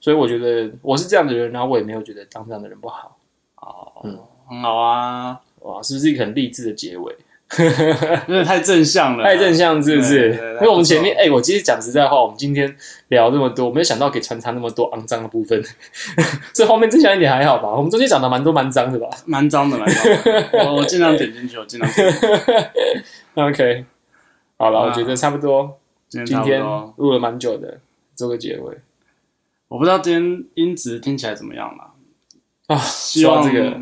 Speaker 1: 所以我觉得我是这样的人，然后我也没有觉得当这样的人不好。
Speaker 2: 哦，
Speaker 1: 嗯
Speaker 2: 很好啊，
Speaker 1: 哇，是不是一个很励志的结尾？
Speaker 2: 有点太正向了，
Speaker 1: 太正向是不是？
Speaker 2: 啊对对啊对
Speaker 1: 因为我们前面，哎、我其实讲实在话，我们今天聊这么多，我没有想到可以穿插那么多肮脏的部分， 所以后面正向一点还好吧？我们中间讲的蛮多蛮脏的吧
Speaker 2: 蛮脏的，蛮脏的。 我我尽量点进去，我尽量点进去。
Speaker 1: ？OK，好了，
Speaker 2: 哇
Speaker 1: 我觉得差不多，
Speaker 2: 今天
Speaker 1: 今
Speaker 2: 啊差不
Speaker 1: 天
Speaker 2: 多，
Speaker 1: 录了蛮久的，做个结尾
Speaker 2: 我不知道今天音质听起来怎么样了，
Speaker 1: 啊。
Speaker 2: 希
Speaker 1: 希
Speaker 2: 望
Speaker 1: 望这个。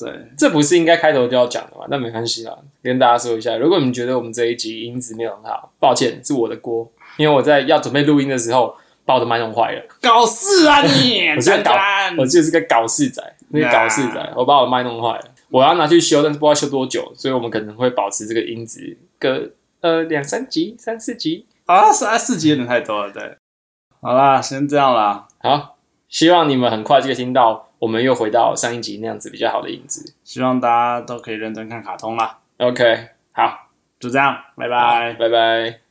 Speaker 2: 对，
Speaker 1: 这不是应该开头就要讲的嘛？那没关系啦，跟大家说一下，如果你们觉得我们这一集音质没有很好，抱歉，是我的锅，因为我在要准备录音的时候，把我的麦弄坏了。
Speaker 2: 搞事啊你！
Speaker 1: 我是个搞
Speaker 2: 蛋，蛋
Speaker 1: 我就是个搞事仔，那个搞事仔，我把我麦弄坏了，我要拿去修，但是不知道修多久，所以我们可能会保持这个音质个呃两三集、三四集。
Speaker 2: 啊，三四集有点太多了，对。好啦，先这样啦，
Speaker 1: 好，希望你们很快就听到我们又回到上一集那样子比较好的音质。
Speaker 2: 希望大家都可以认真看卡通啦。
Speaker 1: OK，好，
Speaker 2: 就这样，拜拜。
Speaker 1: 拜拜。